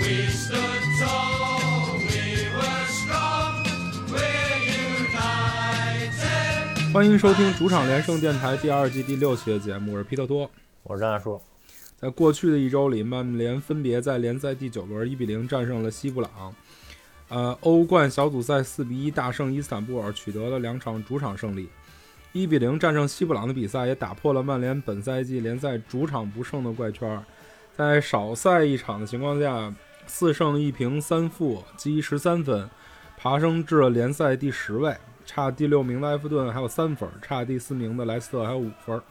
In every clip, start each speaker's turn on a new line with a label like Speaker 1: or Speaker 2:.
Speaker 1: stood tall, we were strong, we're united.
Speaker 2: 欢迎收听主场连胜电台第二季第六期的节目，我是皮特多。
Speaker 3: 我是张大叔，
Speaker 2: 在过去的一周里，曼联分别在联赛第九轮一比零战胜了西布朗，呃，欧冠小组赛四比一大胜伊斯坦布尔，取得了两场主场胜利。一比零战胜西布朗的比赛也打破了曼联本赛季联赛主场不胜的怪圈儿，在少赛一场的情况下，四胜一平三负积十三分，爬升至了联赛第十位，差第六名的埃弗顿还有三分儿，差第四名的莱斯特还有五分儿。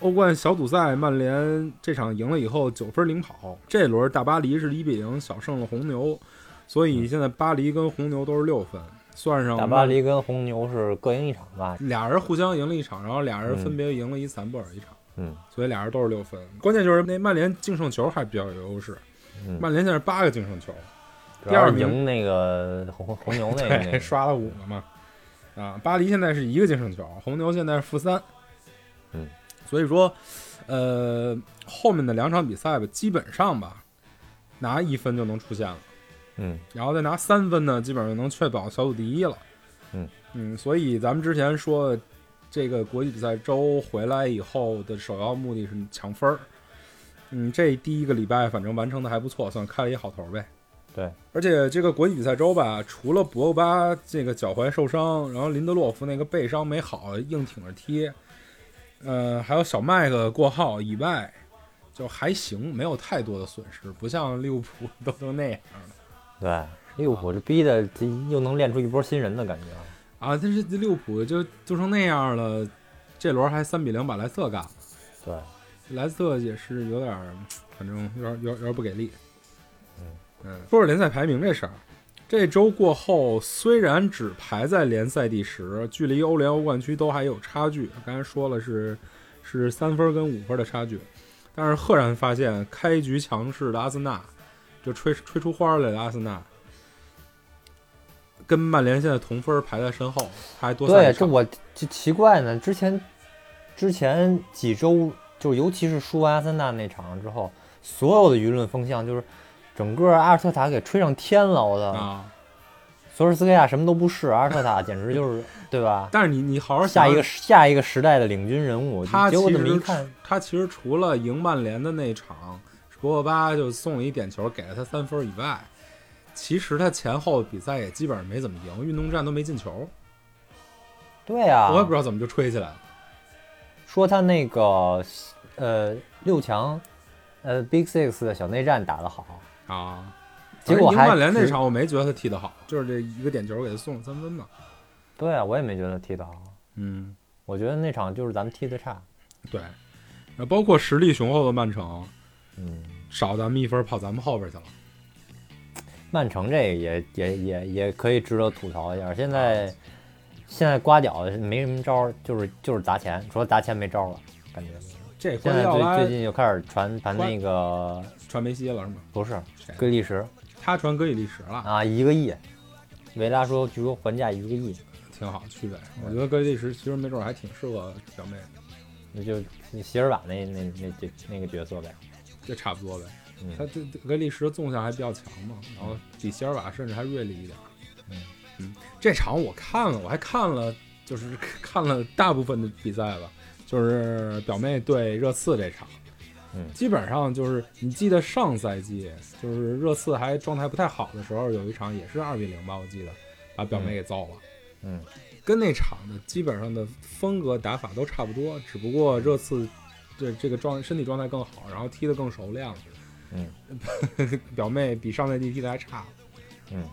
Speaker 2: 欧冠小组赛，曼联这场赢了以后九分领跑。这轮大巴黎是一比零小胜了红牛，所以现在巴黎跟红牛都是六分，算上
Speaker 3: 大嗯巴黎跟红牛是各赢一场吧？
Speaker 2: 俩人互相赢了一场，然后俩人分别赢了伊斯坦布尔一场，
Speaker 3: 嗯，
Speaker 2: 所以俩人都是六分。关键就是那曼联净胜球还比较有优势，
Speaker 3: 嗯
Speaker 2: 曼联现在是八个净胜球，
Speaker 3: 主
Speaker 2: 第二
Speaker 3: 要是
Speaker 2: 名
Speaker 3: 赢那个红红 牛哎那个那个，
Speaker 2: 刷了五个嘛。啊，巴黎现在是一个净胜球，红牛现在是负三。
Speaker 3: 嗯，
Speaker 2: 所以说，呃，后面的两场比赛吧，基本上吧，拿一分就能出线了，
Speaker 3: 嗯，
Speaker 2: 然后再拿三分呢，基本上就能确保小组第一了。
Speaker 3: 嗯
Speaker 2: 嗯，所以咱们之前说，这个国际比赛周回来以后的首要目的是抢分儿。嗯，这第一个礼拜反正完成的还不错，算开了一好头呗。
Speaker 3: 对，
Speaker 2: 而且这个国际比赛周吧，除了博格巴这个脚踝受伤，然后林德洛夫那个背伤没好，硬挺着踢，呃，还有小麦克过号以外，就还行，没有太多的损失，不像利物浦都成那样了
Speaker 3: 对，利物浦这逼的这又能练出一波新人的感觉。
Speaker 2: 啊。但是这利物浦就就成那样了，这轮还三比零把莱斯特干了，
Speaker 3: 对，
Speaker 2: 莱斯特也是有点儿，反正有点儿有点儿有点儿不给力。
Speaker 3: 嗯
Speaker 2: 嗯，说说联赛排名这事儿，这周过后虽然只排在联赛第十，距离欧联、欧冠区都还有差距。刚才说了是是三分跟五分的差距，但是赫然发现开局强势的阿森纳，就吹吹出花儿来的阿森纳。跟曼联现在同分排在身后，他还多赛
Speaker 3: 对，
Speaker 2: 一
Speaker 3: 这
Speaker 2: 场。
Speaker 3: 我就奇怪呢，之前之前几周，就尤其是输完阿森纳那场之后，所有的舆论风向就是整个阿尔特塔给吹上天了，我的
Speaker 2: 啊！
Speaker 3: 索尔斯克亚什么都不是，阿尔特塔简直就是 对吧？
Speaker 2: 但是你你好好想想
Speaker 3: 下一个下一个时代的领军人物，
Speaker 2: 他
Speaker 3: 结果
Speaker 2: 其
Speaker 3: 这么一
Speaker 2: 实
Speaker 3: 看，
Speaker 2: 他其实除了赢曼联的那场，博格巴就送了一点球给了他三分以外，其实他前后比赛也基本上没怎么赢，运动战都没进球，
Speaker 3: 对啊，
Speaker 2: 我也不知道怎么就吹起来了。
Speaker 3: 说他那个呃六强，呃 Big Six 的小内战打得好，
Speaker 2: 啊，
Speaker 3: 结果
Speaker 2: 赢
Speaker 3: 还
Speaker 2: 曼联那
Speaker 3: 直
Speaker 2: 场我没觉得他踢得好，就是这一个点球给他送了三分嘛。
Speaker 3: 对啊，我也没觉得踢得好，
Speaker 2: 嗯，
Speaker 3: 我觉得那场就是咱们踢得差，
Speaker 2: 对，然后包括实力雄厚的曼城，
Speaker 3: 嗯，
Speaker 2: 少咱们一分跑咱们后边去了。
Speaker 3: 曼城这个也也也也可以值得吐槽一
Speaker 2: 啊
Speaker 3: 下，现在现在瓜屌没什么招儿，就是就是砸钱，除了砸钱没招儿了，感觉
Speaker 2: 这瓜
Speaker 3: 现
Speaker 2: 迪
Speaker 3: 在
Speaker 2: 奥
Speaker 3: 最
Speaker 2: 拉
Speaker 3: 最近又开始传传
Speaker 2: 瓜
Speaker 3: 那个
Speaker 2: 传梅西了是吗？
Speaker 3: 不是
Speaker 2: 谁
Speaker 3: 格里什
Speaker 2: 他传格里利什了，
Speaker 3: 啊一个亿，维拉说据说还价一个亿。
Speaker 2: 挺好，去呗。我觉得格里利什其实没准还挺适合表妹的。
Speaker 3: 那就那席尔瓦那那那那那个角色呗，
Speaker 2: 这差不多呗。
Speaker 3: 嗯
Speaker 2: 他这这格里什的纵向还比较强嘛，然后比席尔瓦甚至还锐利一点。
Speaker 3: 嗯
Speaker 2: 嗯，这场我看了，我还看了，就是 看了大部分的比赛吧，就是表妹对热刺这场。
Speaker 3: 嗯
Speaker 2: 基本上就是你记得上赛季，就是热刺还状态不太好的时候，有一场也是二比零吧，我记得把表妹给揍了。
Speaker 3: 嗯
Speaker 2: 跟那场的基本上的风格打法都差不多，只不过热刺这这个状身体状态更好，然后踢得更熟练了。
Speaker 3: 嗯，
Speaker 2: 表妹比上赛季踢得还差，啊
Speaker 3: 嗯，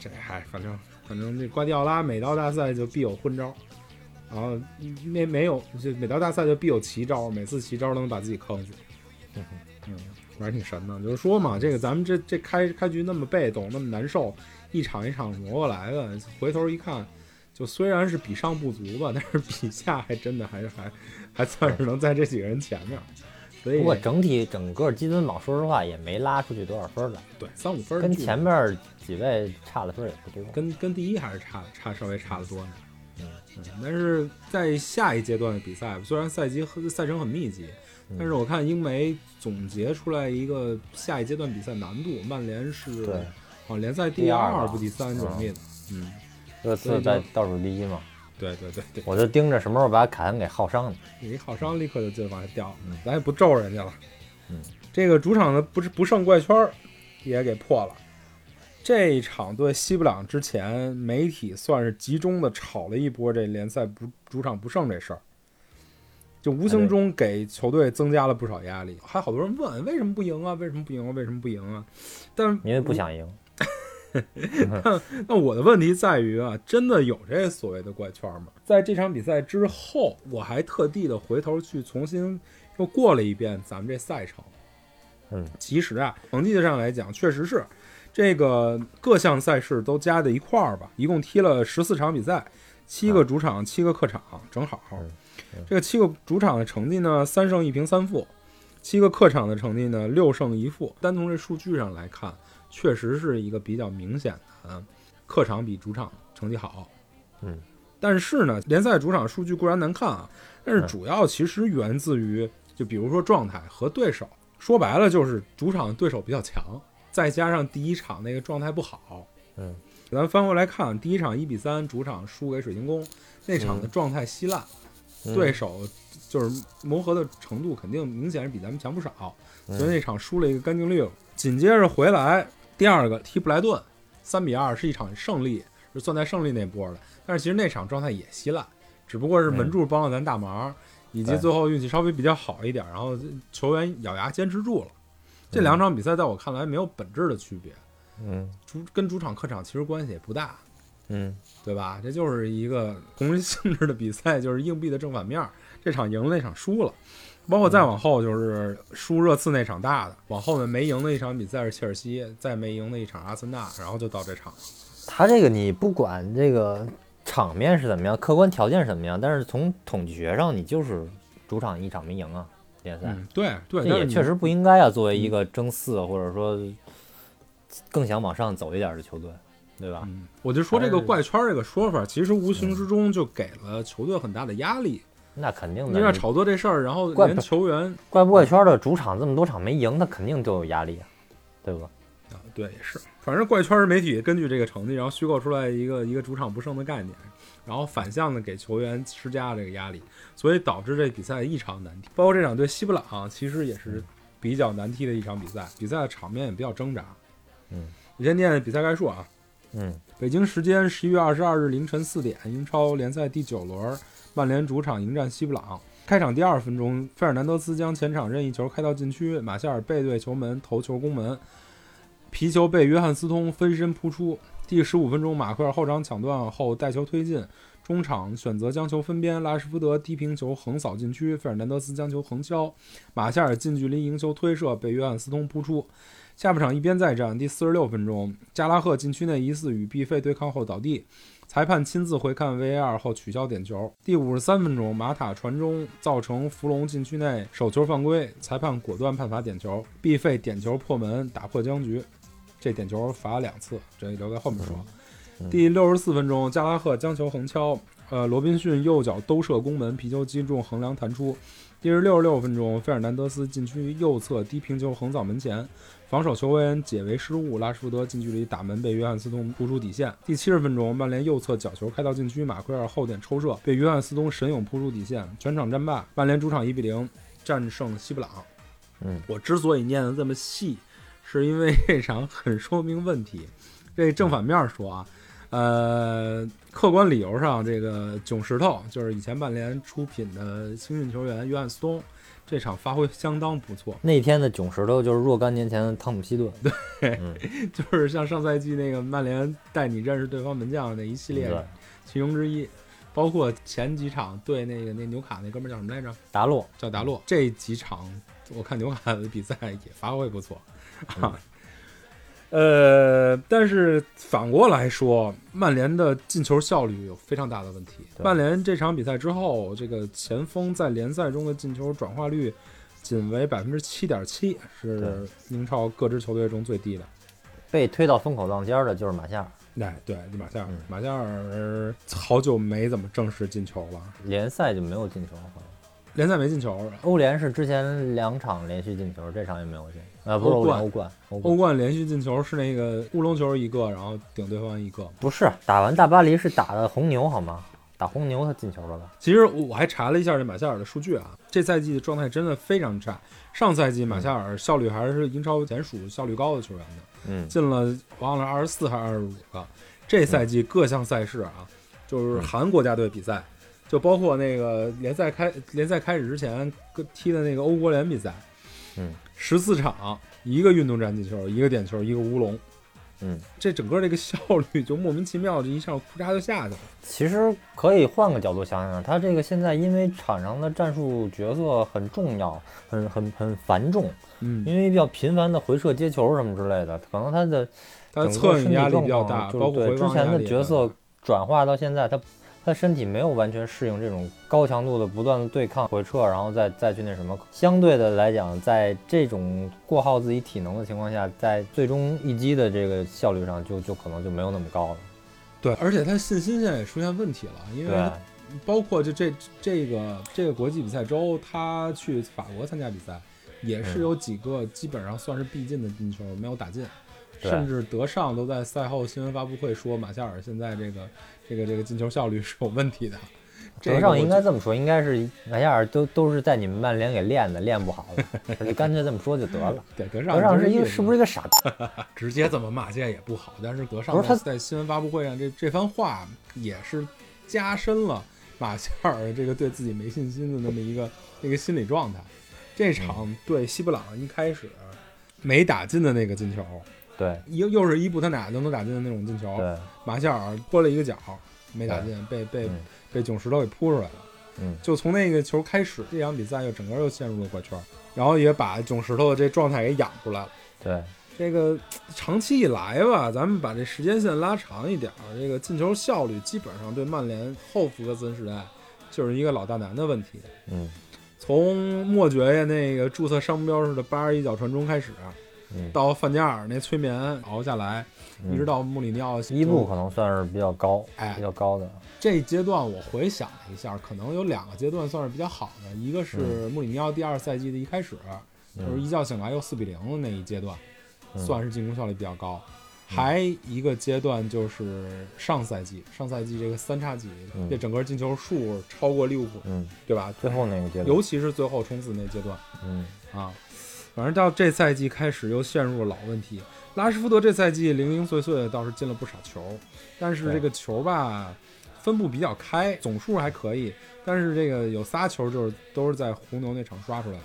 Speaker 2: 这还反正反正这瓜迪奥拉每到大赛就必有昏招，然后没没有就每到大赛就必有奇招，每次奇招都能把自己坑死。
Speaker 3: 嗯
Speaker 2: 嗯，反正挺神的，就是说嘛，这个咱们这这开开局那么被动，那么难受，一场一场磨过来的，回头一看，就虽然是比上不足吧，但是比下还真的还还还算是能在这几个人前面，所以
Speaker 3: 不过整体整个积分榜说实话也没拉出去多少分来，
Speaker 2: 对三五分儿
Speaker 3: 跟
Speaker 2: 距离
Speaker 3: 前面几位差的分儿也不多。
Speaker 2: 跟跟第一还是差差稍微差得多呢。嗯但是在下一阶段的比赛，虽然赛季和赛程很密集，
Speaker 3: 嗯
Speaker 2: 但是我看英媒总结出来一个下一阶段比赛难度，曼联是
Speaker 3: 对，
Speaker 2: 好像联赛第
Speaker 3: 第二
Speaker 2: 二
Speaker 3: 吧
Speaker 2: 不第三总力的。嗯，
Speaker 3: 热
Speaker 2: 所以
Speaker 3: 刺
Speaker 2: 就
Speaker 3: 在倒数第一嘛，
Speaker 2: 对对对对，
Speaker 3: 我就盯着什么时候把凯恩给耗伤了。
Speaker 2: 你一好伤立刻就就往下掉
Speaker 3: 嗯，
Speaker 2: 咱也不咒人家了。
Speaker 3: 嗯，
Speaker 2: 这个主场的不是不胜怪圈儿也给破了。这一场对西布朗之前，媒体算是集中的炒了一波这联赛不主场不胜这事儿，就无
Speaker 3: 哎
Speaker 2: 形中给球队增加了不少压力。还好多人问为什么不赢啊？为什么不赢啊？为什么不赢啊？但
Speaker 3: 因为不想赢，
Speaker 2: 那我的问题在于啊，真的有这所谓的怪圈吗？在这场比赛之后，我还特地的回头去重新又过了一遍咱们这赛程。
Speaker 3: 嗯，
Speaker 2: 其实啊，成绩上来讲，确实是这个各项赛事都加在一块儿吧，一共踢了十四场比赛，七个主场，七个客场，正好。
Speaker 3: 啊嗯嗯
Speaker 2: 这个七个主场的成绩呢，三胜一平三负；七个客场的成绩呢，六胜一负。单从这数据上来看，确实是一个比较明显的啊客场比主场成绩好。
Speaker 3: 嗯，
Speaker 2: 但是呢，联赛主场数据固然难看啊，但是
Speaker 3: 嗯
Speaker 2: 主要其实源自于就比如说状态和对手。说白了就是主场对手比较强，再加上第一场那个状态不好。
Speaker 3: 嗯，
Speaker 2: 咱翻回来看，第一场一比三主场输给水晶宫，那场的状态稀烂，
Speaker 3: 嗯
Speaker 2: 对手就是磨合的程度肯定明显是比咱们强不少，
Speaker 3: 嗯
Speaker 2: 所以那场输了一个干净利落。紧接着回来第二个踢布莱顿，三比二是一场胜利，是算在胜利那波的。但是其实那场状态也稀烂，只不过是门柱帮了咱大忙，以及
Speaker 3: 对
Speaker 2: 最后运气稍微比较好一点，然后球员咬牙坚持住了。这
Speaker 3: 嗯
Speaker 2: 两场比赛在我看来没有本质的区别，
Speaker 3: 嗯
Speaker 2: 主跟主场客场其实关系也不大。
Speaker 3: 嗯
Speaker 2: 对吧？这就是一个同人性质的比赛，就是硬币的正反面儿。这场赢了，那场输了。包括再往后就是输热刺那场大的，往后面没赢的一场比赛是切尔西，再没赢的一场阿森纳，然后就到这场。
Speaker 3: 他这个你不管这个场面是怎么样，客观条件是怎么样，但是从统计学上，你就是主场一场没赢啊，联赛、
Speaker 2: 嗯，对对，
Speaker 3: 这
Speaker 2: 但是
Speaker 3: 也
Speaker 2: 你嗯
Speaker 3: 确实不应该啊。作为一个争四啊或者说更想往上走一点的球队，对吧？
Speaker 2: 嗯，我就说这个
Speaker 3: 还是嗯
Speaker 2: 怪圈儿这个说法，其实无形之中就给了球队很大的压力。
Speaker 3: 那肯定
Speaker 2: 你
Speaker 3: 的，
Speaker 2: 要
Speaker 3: 你
Speaker 2: 炒作这事儿，然后
Speaker 3: 怪
Speaker 2: 连
Speaker 3: 不
Speaker 2: 球员
Speaker 3: 怪不怪圈的主场这么多场没赢，那肯定都有压力啊，对吧？
Speaker 2: 啊，对，也是，反正怪圈儿媒体根据这个成绩，然后虚构出来一个一个主场不胜的概念，然后反向的给球员施加这个压力，所以导致这比赛异常难踢。包括这场对西布朗，其实也
Speaker 3: 嗯
Speaker 2: 是比较难踢的一场比赛，比赛的场面也比较挣扎。
Speaker 3: 嗯，
Speaker 2: 我先念比赛概述啊，
Speaker 3: 嗯
Speaker 2: 北京时间十一月二十二日凌晨四点，英超联赛第九轮，曼联主场迎战西布朗。开场第二分钟，费尔南德斯将前场任意球开到禁区，马夏尔背对球门头球攻门，皮球被约翰斯通分身扑出。第十五分钟，马奎尔后场抢断后带球推进，中场选择将球分边，拉什福德低平球横扫禁区，费尔南德斯将球横敲，马夏尔近距离迎球推射被约翰斯通扑出。下半场一边再战，第四十六分钟，加拉赫禁区内疑似与毕费对抗后倒地，裁判亲自回看 VAR 后取消点球。第五十三分钟，马塔传中造成弗隆禁区内手球犯规，裁判果断判罚点球，毕费点球破门打破僵局。这点球罚两次，这留在后面说。
Speaker 3: 嗯
Speaker 2: 第六十四分钟，加拉赫将球横敲，呃，罗宾逊右脚兜射攻门，皮球击中横梁弹出。第六十六分钟，费尔南德斯禁区右侧低平球横扫门前，防守球员解围失误，拉什福德近距离打门被约翰斯通扑出底线。第七十分钟，曼联右侧角球开到禁区，马奎尔后点抽射被约翰斯通神勇扑出底线，全场战罢，曼联主场一比零战胜西布朗。
Speaker 3: 嗯，
Speaker 2: 我之所以念得这么细，是因为这场很说明问题。这正反面说啊，呃，客观理由上，这个囧石头就是以前曼联出品的青训球员约翰斯通，这场发挥相当不错，
Speaker 3: 那天的囧石头就是若干年前的汤姆希顿，
Speaker 2: 就是像上赛季那个曼联带你认识对方门将那一系列
Speaker 3: 嗯对
Speaker 2: 其中之一，包括前几场对那个那纽卡那哥们儿叫什么来着？
Speaker 3: 达洛，
Speaker 2: 叫达洛。这几场我看纽卡的比赛也发挥不错
Speaker 3: 嗯
Speaker 2: 啊。 呃，但是反过来说，曼联的进球效率有非常大的问题。
Speaker 3: 对
Speaker 2: 曼联这场比赛之后，这个前锋在联赛中的进球转化率仅为百分之七点七，是
Speaker 3: 对
Speaker 2: 英超各支球队中最低的。
Speaker 3: 被推到风口浪尖儿的就是马夏尔，
Speaker 2: 哎，对，马夏尔
Speaker 3: 嗯，
Speaker 2: 马夏尔好久没怎么正式进球了，
Speaker 3: 联赛就没有进球，好像
Speaker 2: 联赛没进球，
Speaker 3: 欧联是之前两场连续进球，这场也没有进。啊，不是
Speaker 2: 欧
Speaker 3: 欧
Speaker 2: 冠
Speaker 3: 联，欧冠，欧
Speaker 2: 欧
Speaker 3: 冠
Speaker 2: 冠连续进球是那个乌龙球一个，然后顶对方一个。
Speaker 3: 不是打完大巴黎是打的红牛好吗？打红牛他进球了吧？
Speaker 2: 其实我还查了一下这马夏尔的数据啊，这赛季的状态真的非常差。上赛季马夏尔效率还是英超前数效率高的球员呢，
Speaker 3: 嗯，
Speaker 2: 进了忘了二十四还是二十五个。这赛季各项赛事啊，就是
Speaker 3: 嗯
Speaker 2: 韩国家队比赛，就包括那个联赛开联赛开始之前跟踢的那个欧国联比赛，
Speaker 3: 嗯，
Speaker 2: 十四场一个运动战进球，一个点球，一个乌龙，
Speaker 3: 嗯，
Speaker 2: 这整个这个效率就莫名其妙，这一上库嚓就下去了。
Speaker 3: 其实可以换个角度想想，他这个现在因为场上的战术角色很重要，很很很繁重，
Speaker 2: 嗯，
Speaker 3: 因为比较频繁的回撤接球什么之类的，可能他的
Speaker 2: 他
Speaker 3: 整个
Speaker 2: 侧
Speaker 3: 身
Speaker 2: 应
Speaker 3: 体
Speaker 2: 压力
Speaker 3: 状
Speaker 2: 比较
Speaker 3: 况
Speaker 2: 大，
Speaker 3: 就是
Speaker 2: 包括
Speaker 3: 对
Speaker 2: 回
Speaker 3: 之
Speaker 2: 防
Speaker 3: 前
Speaker 2: 压
Speaker 3: 的
Speaker 2: 力啊
Speaker 3: 角色转化到现在，他他身体没有完全适应这种高强度的不断的对抗回撤，然后再再去那什么。相对的来讲，在这种过耗自己体能的情况下，在最终一击的这个效率上就，就可能就没有那么高了。
Speaker 2: 对，而且他信心现在也出现问题了，因为
Speaker 3: 对，啊
Speaker 2: 包括就这这个这个国际比赛周，他去法国参加比赛，也是
Speaker 3: 嗯
Speaker 2: 有几个基本上算是必进的进球没有打进，
Speaker 3: 对
Speaker 2: 甚至德尚都在赛后新闻发布会说马夏尔现在这个这个这个进球效率是有问题的。这
Speaker 3: 德
Speaker 2: 个我
Speaker 3: 尚应
Speaker 2: 觉
Speaker 3: 该这么说，应该是马夏尔都都是在你们曼联给练的，练不好 了，他就干脆这么说就得了。
Speaker 2: 对德尚
Speaker 3: 德尚是一个
Speaker 2: 意思
Speaker 3: 是不是一个 傻
Speaker 2: 直接这么骂街也不好，但是德尚
Speaker 3: 不是他
Speaker 2: 在新闻发布会上这这番话也是加深了马夏尔这个对自己没信心的那么一个那个心理状态。这
Speaker 3: 嗯
Speaker 2: 场对西布朗一开始没打进的那个进球，
Speaker 3: 对
Speaker 2: 又又是伊布他俩都能打进的那种进球，
Speaker 3: 对，
Speaker 2: 马夏尔拨了一个角没打进，被被、
Speaker 3: 嗯
Speaker 2: 被囧石头给扑出来了。
Speaker 3: 嗯
Speaker 2: 就从那个球开始，这场比赛又整个又陷入了怪圈，然后也把囧石头的这状态给养出来了。
Speaker 3: 对，
Speaker 2: 这个长期以来吧，咱们把这时间线拉长一点儿，这个进球效率基本上对曼联后福格森时代就是一个老大难的问题。
Speaker 3: 嗯
Speaker 2: 从莫爵爷那个注册商标式的八十一脚传中开始，啊
Speaker 3: 嗯，
Speaker 2: 到范加尔那催眠熬下来，一直到穆里尼奥
Speaker 3: 伊布嗯可能算是比较高，
Speaker 2: 哎
Speaker 3: 比较高的，
Speaker 2: 这一阶段，我回想了一下，可能有两个阶段算是比较好的，一个
Speaker 3: 嗯
Speaker 2: 是穆里尼奥第二赛季的一开始，就是一觉醒来又四比零的那一阶段，
Speaker 3: 嗯
Speaker 2: 算是进攻效率比较高。还一个阶段就是上赛季，上赛季这个三叉戟，
Speaker 3: 嗯
Speaker 2: 这整个进球数超过利物浦，
Speaker 3: 嗯，
Speaker 2: 对吧？
Speaker 3: 最后那个阶段，
Speaker 2: 尤其是最后冲刺那阶段
Speaker 3: 嗯
Speaker 2: 啊，反正到这赛季开始又陷入了老问题。拉什福德这赛季零零碎碎的倒是进了不少球，但是
Speaker 3: 对
Speaker 2: 这个球吧分布比较开，总数还可以，但是这个有仨球就是都是在红牛那场刷出来的。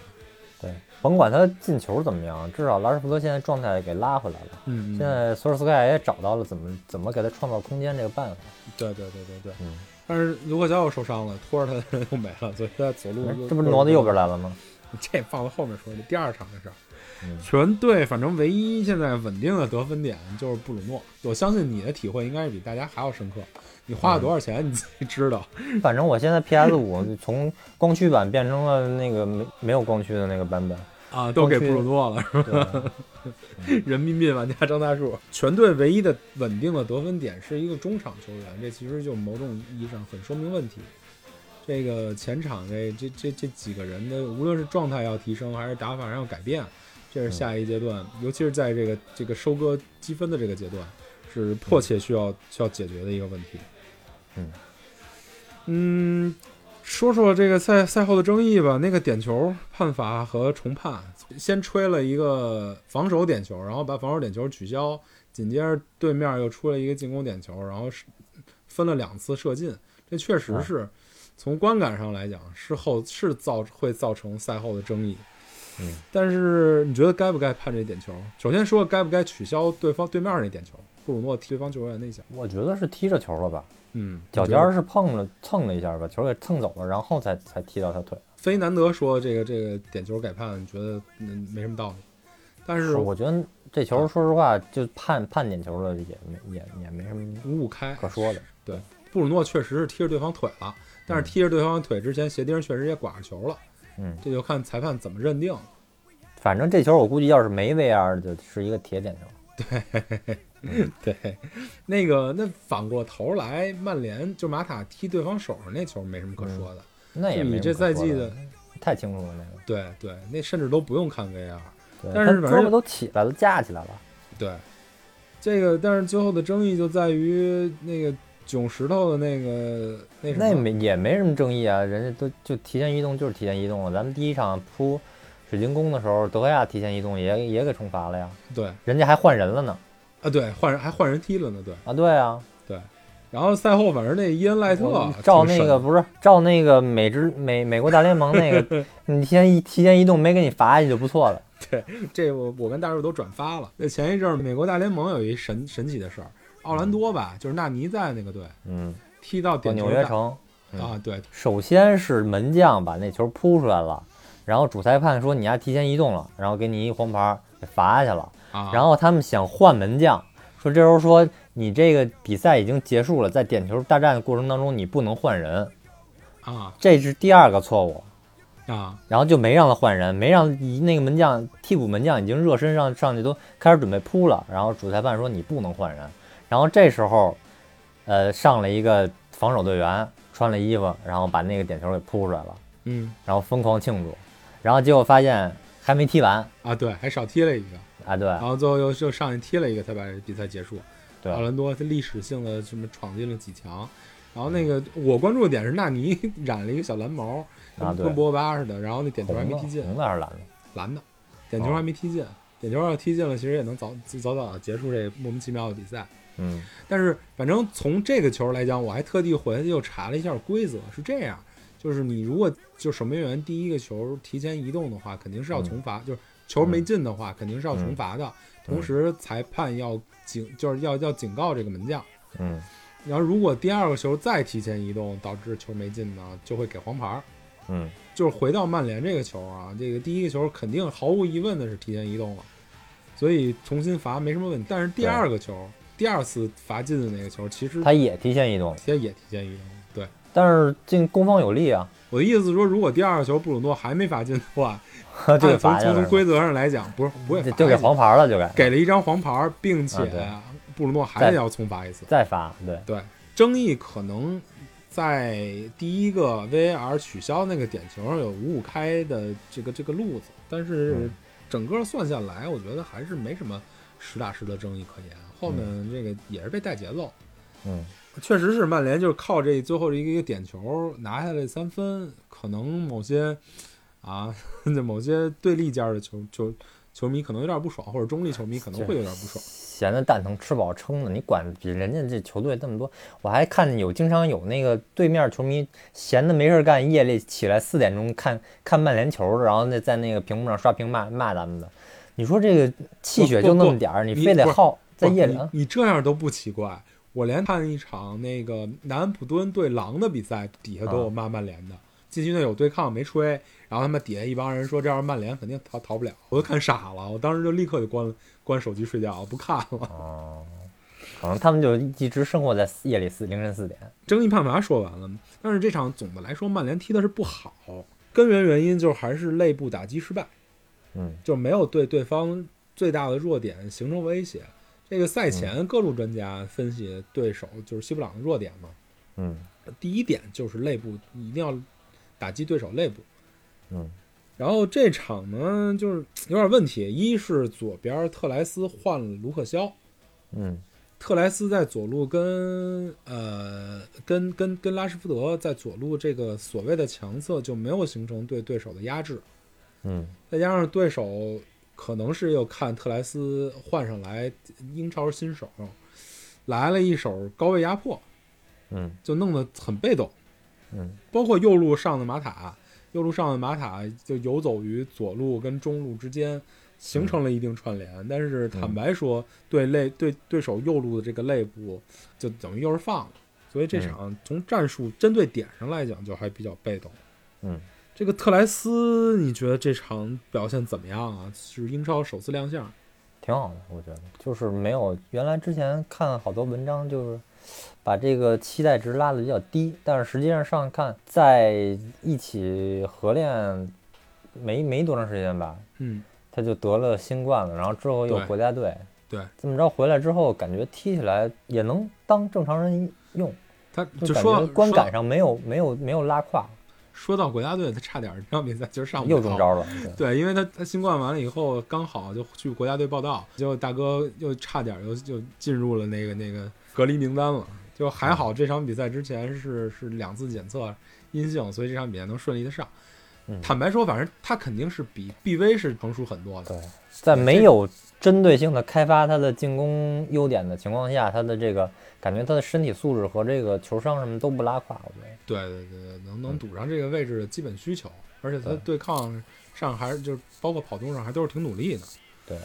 Speaker 3: 对，甭管他进球怎么样，至少拉什福德现在状态给拉回来了。
Speaker 2: 嗯，嗯
Speaker 3: 现在索尔斯克亚也找到了怎么怎么给他创造空间这个办法，
Speaker 2: 对对对对对，
Speaker 3: 嗯
Speaker 2: 但是卢克肖又受伤了，拖着他 的人又没了，所以他左路
Speaker 3: 哎
Speaker 2: 又
Speaker 3: 这不是挪到右边来了吗？
Speaker 2: 这放到后面说的第二场的事儿。
Speaker 3: 嗯
Speaker 2: 全队反正唯一现在稳定的得分点就是布鲁诺，我相信你的体会应该是比大家还要深刻。你花
Speaker 3: 嗯
Speaker 2: 了多少钱你自己知道。
Speaker 3: 反正我现在 PS 五从光驱版变成了那个没没有光驱的那个版本，
Speaker 2: 啊，都给布鲁诺了，
Speaker 3: 对
Speaker 2: 人民币玩家张大树。全队唯一的稳定的得分点是一个中场球员，这其实就某种意义上很说明问题。这个前场这这这这几个人的，无论是状态要提升，还是打法上要改变，这是下一阶段，尤其是在这个这个收割积分的这个阶段，是迫切需要需要解决的一个问题。
Speaker 3: 嗯
Speaker 2: 嗯，说说这个赛赛后的争议吧。那个点球判罚和重判，先吹了一个防守点球，然后把防守点球取消，紧接着对面又出了一个进攻点球，然后是分了两次射进。这确实是、啊从观感上来讲，事后是造会造成赛后的争议。
Speaker 3: 嗯，
Speaker 2: 但是你觉得该不该判这点球？首先说该不该取消对方对面那点球，布鲁诺踢对方球员那脚。
Speaker 3: 我觉得是踢着球了吧，
Speaker 2: 嗯，
Speaker 3: 脚
Speaker 2: 你
Speaker 3: 尖
Speaker 2: 觉得
Speaker 3: 儿是碰了蹭了一下吧，球给蹭走了，然后才才踢到他腿。
Speaker 2: 非南德说这个这个点球改判，你觉得嗯没什么道理？但是五
Speaker 3: 我觉得这球，说实话，就判判点球了，也没也也没什么
Speaker 2: 五开
Speaker 3: 可说的。
Speaker 2: 布鲁诺确实是踢着对方腿了，但是踢着对方腿之前，鞋钉确实也刮着球了，
Speaker 3: 嗯，
Speaker 2: 这就看裁判怎么认定。
Speaker 3: 反正这球我估计要是没 VR，就是一个铁点球。
Speaker 2: 对，那个那反过头来，曼联就马塔踢对方手上那球没什么可说的，
Speaker 3: 那也
Speaker 2: 就你
Speaker 3: 没什
Speaker 2: 这
Speaker 3: 么可
Speaker 2: 赛
Speaker 3: 说
Speaker 2: 季
Speaker 3: 的
Speaker 2: 的，
Speaker 3: 太清楚了那个。
Speaker 2: 对对，那甚至都不用看 VR。
Speaker 3: 对
Speaker 2: 但
Speaker 3: 他
Speaker 2: 是反
Speaker 3: 胳膊
Speaker 2: 正
Speaker 3: 都起来了，架起来了。
Speaker 2: 对，这个但是最后的争议就在于那个囧石头的那个那什
Speaker 3: 那
Speaker 2: 么，
Speaker 3: 没也没什么争议啊，人家都就提前移动就是提前移动了。咱们第一场扑水晶宫的时候，德赫亚提前移动也也给惩罚了呀，
Speaker 2: 对
Speaker 3: 人家还换人了呢。
Speaker 2: 啊对，换人还换人踢了呢，对
Speaker 3: 啊，对啊，
Speaker 2: 对。然后赛后反正那伊恩赖特
Speaker 3: 我
Speaker 2: 挺
Speaker 3: 照那
Speaker 2: 神
Speaker 3: 个
Speaker 2: 的
Speaker 3: 不是照那个美职美美国大联盟那 个，你提前移提前移动没给你罚下去就不错了。
Speaker 2: 这我我跟大叔都转发了。那前一阵儿美国大联盟有一神神奇的事儿，奥兰多吧，就是纳尼在那个队
Speaker 3: 嗯，
Speaker 2: 踢到点球
Speaker 3: 纽约
Speaker 2: 大
Speaker 3: 城嗯
Speaker 2: 啊，对
Speaker 3: 首先是门将把那球扑出来了，然后主裁判说你丫提前移动了，然后给你一黄牌儿给罚下去了。
Speaker 2: 啊，
Speaker 3: 然后他们想换门将，说这时候说你这个比赛已经结束了，在点球大战的过程当中你不能换人，
Speaker 2: 啊
Speaker 3: 这是第二个错误。
Speaker 2: 啊
Speaker 3: 然后就没让他换人，没让一那个门将替补门将已经热身上上去都开始准备扑了，然后主裁判说你不能换人，然后这时候，呃上了一个防守队员穿了衣服，然后把那个点球给扑出来了，
Speaker 2: 嗯
Speaker 3: 然后疯狂庆祝，然后结果发现还没踢完
Speaker 2: 啊，对，还少踢了一个，
Speaker 3: 啊，对
Speaker 2: 然后最后又又上去踢了一个，才把比赛结束。
Speaker 3: 对啊
Speaker 2: 奥兰多他历史性的什么闯进了几强，然
Speaker 3: 嗯
Speaker 2: 后那个我关注的点是纳尼 染了一个小蓝毛，
Speaker 3: 啊
Speaker 2: 跟
Speaker 3: 对
Speaker 2: 跟博格巴似的，然后那点球还
Speaker 3: 红
Speaker 2: 没
Speaker 3: 的
Speaker 2: 踢进，
Speaker 3: 红的还是蓝的？
Speaker 2: 蓝的，点球还没踢进，点球要踢进了，其实也能早早早地结束这莫名其妙的比赛。
Speaker 3: 嗯
Speaker 2: 但是反正从这个球来讲，我还特地回去又查了一下规则，是这样，就是你如果就守门员第一个球提前移动的话，肯定是要重罚，就是球没进的话，肯定是要重罚的。同时，裁判要警，就是要要警告这个门将。
Speaker 3: 嗯
Speaker 2: 然后，如果第二个球再提前移动，导致球没进呢，就会给黄牌儿。
Speaker 3: 嗯
Speaker 2: 就是回到曼联这个球啊，这个第一个球肯定毫无疑问的是提前移动了，所以重新罚没什么问题。但是第二个球，第二次罚进的那个球，其实
Speaker 3: 嗯，他也提前移动了。
Speaker 2: 其实也提前移动了。对，
Speaker 3: 但是进攻方有利啊，
Speaker 2: 我的意思是说，如果第二个球布鲁诺还没罚进的话，
Speaker 3: 就给
Speaker 2: 按从
Speaker 3: 罚下
Speaker 2: 从
Speaker 3: 来
Speaker 2: 从
Speaker 3: 了，
Speaker 2: 规则上来讲，不是不会罚
Speaker 3: 就就给
Speaker 2: 下去
Speaker 3: 黄牌了，就给
Speaker 2: 给了一张黄牌儿，并且
Speaker 3: 啊对
Speaker 2: 布鲁诺还得要重罚一次。
Speaker 3: 再罚，对，
Speaker 2: 对，争议可能在第一个 VAR 取消那个点球上有五五开的这个这个路子，但是
Speaker 3: 嗯
Speaker 2: 整个算下来，我觉得还是没什么实打实的争议可言。后面这个也是被带节奏，
Speaker 3: 嗯，
Speaker 2: 嗯确实是曼联就是靠这最后这一个点球拿下来三分，可能某些啊， 那某些对立家的球球球迷可能有点不爽，或者中立球迷可能会有点不爽。
Speaker 3: 闲的蛋疼吃饱撑的，你管比人家这球队那么多，我还看见有经常有那个对面球迷闲的没事儿干，夜里起来四点钟看看曼联球的，然后那在那个屏幕上刷屏骂骂咱们的，你说这个气血
Speaker 2: 不
Speaker 3: 就那
Speaker 2: 不
Speaker 3: 么点儿，你
Speaker 2: 你
Speaker 3: 非得
Speaker 2: 不是
Speaker 3: 耗在
Speaker 2: 不
Speaker 3: 夜里
Speaker 2: 你
Speaker 3: 啊，
Speaker 2: 你这样都不奇怪。我连看一场那个南安普敦对狼的比赛，底下都
Speaker 3: 啊
Speaker 2: 有骂曼联的，禁区内有对抗没吹，然后他们底下一帮人说这样曼联肯定逃逃不了，我都看傻了，我当时就立刻就关了关手机睡觉，不看了。
Speaker 3: 哦，可能他们就一直生活在四夜里四凌晨四点，
Speaker 2: 争议判罚说完了，但是这场总的来说曼联踢的是不好，根源原因就是还是内部打击失败。
Speaker 3: 嗯
Speaker 2: 就没有对对方最大的弱点形成威胁。这个
Speaker 3: 嗯
Speaker 2: 赛前各路专家分析对手就是西布朗的弱点嘛，
Speaker 3: 嗯
Speaker 2: 第一点就是内部你一定要打击对手内部。
Speaker 3: 嗯
Speaker 2: 然后这场呢，就是有点问题，一是左边特莱斯换了卢克肖，
Speaker 3: 嗯
Speaker 2: 特莱斯在左路跟呃跟跟跟拉什福德在左路这个所谓的强侧就没有形成对对手的压制，
Speaker 3: 嗯
Speaker 2: 再加上对手可能是又看特莱斯换上来英超新手，来了一手高位压迫，
Speaker 3: 嗯
Speaker 2: 就弄得很被动。
Speaker 3: 嗯，
Speaker 2: 包括右路上的马塔，右路上的马塔就游走于左路跟中路之间，形成了一定串
Speaker 3: 嗯
Speaker 2: 联。但是坦白说，对肋对对手右路的这个肋部，就等于又是放了。所以这场从战术针对点上来讲，就还比较被动。
Speaker 3: 嗯，
Speaker 2: 这个特莱斯，你觉得这场表现怎么样啊？是英超首次亮相，
Speaker 3: 挺好的，我觉得就是没有原来之前看好多文章，就是把这个期待值拉的比较低，但是实际上上看在一起合练没没多长时间吧，
Speaker 2: 嗯，
Speaker 3: 他就得了新冠了，然后之后又
Speaker 2: 对
Speaker 3: 国家队，
Speaker 2: 对，
Speaker 3: 这么着回来之后，感觉踢起来也能当正常人用，
Speaker 2: 他
Speaker 3: 就
Speaker 2: 就
Speaker 3: 感
Speaker 2: 说
Speaker 3: 觉观
Speaker 2: 说
Speaker 3: 感上没有没有没有拉胯，
Speaker 2: 说到国家队，他差点儿这场比赛就是上不
Speaker 3: 又
Speaker 2: 了
Speaker 3: 中招了。对
Speaker 2: 对，因为他他新冠完了以后，刚好就去国家队报道，结果大哥又差点又就进入了那个那个隔离名单了。就还好这场比赛之前是是两次检测阴性，所以这场比赛能顺利的上。
Speaker 3: 嗯
Speaker 2: 坦白说，反正他肯定是比 BV 是成熟很多的。
Speaker 3: 对，在没有针对性的开发他的进攻优点的情况下，他的这个感觉他的身体素质和这个球商什么都不拉胯，我觉得。
Speaker 2: 对对对对，能能堵上这个位置的基本需求，而且他
Speaker 3: 嗯对
Speaker 2: 对抗上还是就是包括跑动上还都是挺努力的。
Speaker 3: 对，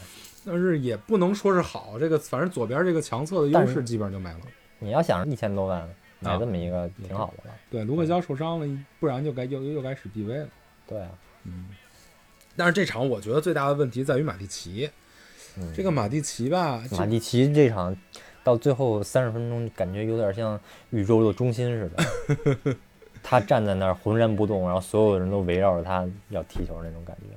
Speaker 2: 但是也不能说是好，这个反正左边这个强侧的
Speaker 3: 但
Speaker 2: 优
Speaker 3: 是
Speaker 2: 势基本上就没了。
Speaker 3: 你要想一千多万买这么一个挺好的了，
Speaker 2: 对，卢克肖受伤了，不然就该又又该使 BV 了。
Speaker 3: 对啊，
Speaker 2: 嗯，但是这场我觉得最大的问题在于马蒂奇，
Speaker 3: 嗯、
Speaker 2: 这个马蒂奇吧，这
Speaker 3: 马蒂奇这场到最后三十分钟，感觉有点像宇宙的中心似的，他站在那儿浑然不动，然后所有人都围绕着他要踢球那种感觉，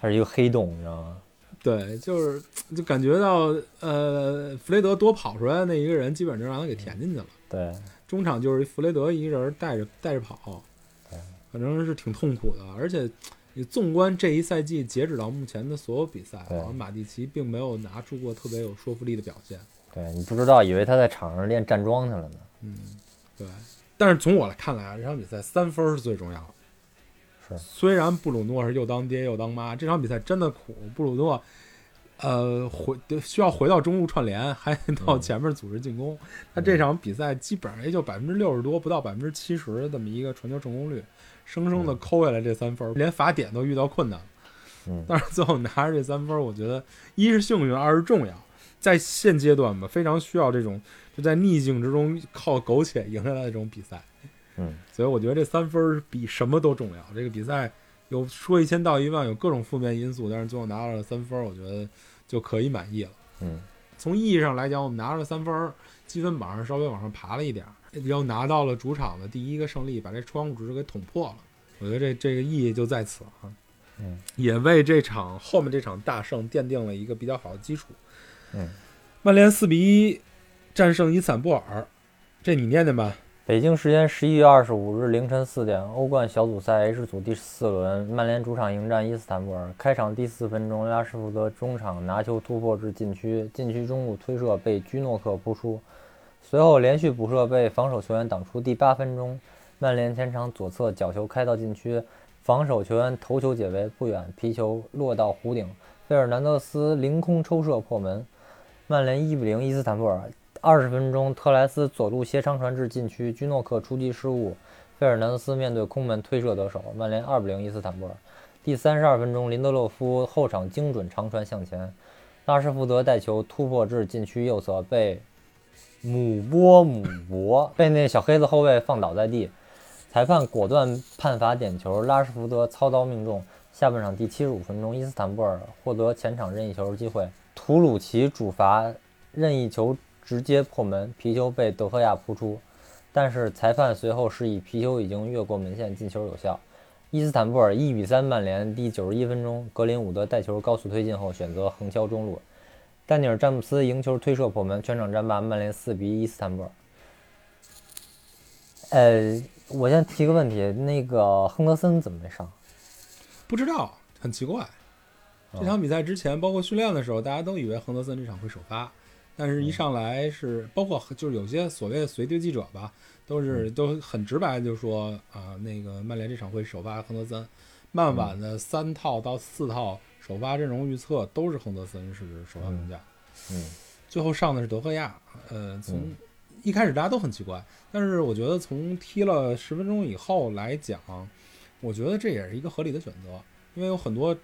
Speaker 3: 他是一个黑洞，你知道吗？
Speaker 2: 对，就是就感觉到呃，弗雷德多跑出来的那一个人，基本就让他给填进去了。
Speaker 3: 对，
Speaker 2: 中场就是弗雷德一个人带着带着跑
Speaker 3: 对，
Speaker 2: 反正是挺痛苦的。啊而且你纵观这一赛季，截止到目前的所有比赛，好
Speaker 3: 对
Speaker 2: 像马蒂奇并没有拿出过特别有说服力的表现。
Speaker 3: 对你不知道，以为他在场上练站桩去了呢。
Speaker 2: 对，但是从我来看来啊，这场比赛三分儿是最重要的。
Speaker 3: 是
Speaker 2: 虽然布鲁诺是又当爹又当妈，这场比赛真的苦。布鲁诺，呃，回需要回到中路串联，还得到前面组织进攻。他这场比赛基本上也就百分之六十多，不到百分之七十的这么一个传球成功率，生生的抠下来这三分儿，连罚点都遇到困难。
Speaker 3: 嗯，
Speaker 2: 但是最后拿着这三分儿，我觉得一是幸运，二是重要。在现阶段吧，非常需要这种就在逆境之中靠苟且赢下来的这种比赛。
Speaker 3: 嗯，
Speaker 2: 所以我觉得这三分儿比什么都重要。这个比赛有说一千道一万，有各种负面因素，但是最后拿到了三分儿，我觉得就可以满意了。
Speaker 3: 嗯，
Speaker 2: 从意义上来讲，我们拿了三分儿，积分榜上稍微往上爬了一点儿，又拿到了主场的第一个胜利，把这窗户纸给捅破了。我觉得这这个意义就在此啊。
Speaker 3: 嗯，
Speaker 2: 也为这场后面这场大胜奠定了一个比较好的基础。
Speaker 3: 嗯，
Speaker 2: 曼联四比一战胜伊斯坦布尔，这你念念吧。
Speaker 3: 北京时间十一月二十五日凌晨四点，欧冠小组赛 H 组第四轮，曼联主场迎战伊斯坦布尔。开场第四分钟，拉什福德中场拿球突破至禁区，禁区中路推射被居诺克扑出，随后连续补射被防守球员挡出。第八分钟，曼联前场左侧角球开到禁区，防守球员头球解围不远，皮球落到弧顶，费尔南德斯凌空抽射破门，曼联一比零伊斯坦布尔。二十分钟，特莱斯左路斜长传至禁区，居诺克出击失误，费尔南德斯面对空门推射得手，曼联二比零伊斯坦布尔。第三十二分钟，林德洛夫后场精准长传向前，拉什福德带球突破至禁区右侧，被姆波姆博 被那小黑子后卫放倒在地，裁判果断判罚点球，拉什福德操刀命中。下半场第七十五分钟，伊斯坦布尔获得前场任意球机会，图鲁奇主罚任意球直接破门，皮球被德赫亚扑出，但是裁判随后示意皮球已经越过门线，进球有效。伊斯坦布尔一比三曼联，第九十一分钟，格林伍德带球高速推进后选择横敲中路，丹尼尔詹姆斯迎球推射破门，全场战罢，曼联四比一伊斯坦布尔。呃，我先提个问题，那个亨德森怎么没上？
Speaker 2: 不知道，很奇怪。这场比赛之前，包括训练的时候，大家都以为亨德森这场会首发，但是一上来是、包括就是有些所谓的随队记者吧，都是、都很直白，就说啊、那个曼联这场会首发亨德森。曼晚的三套到四套首发阵容预测都是亨德森是首发名将，
Speaker 3: 嗯
Speaker 2: 最后上的是德赫亚。呃，从一开始大家都很奇怪，但是我觉得从踢了十分钟以后来讲，我觉得这也是一个合理的选择，因为有很多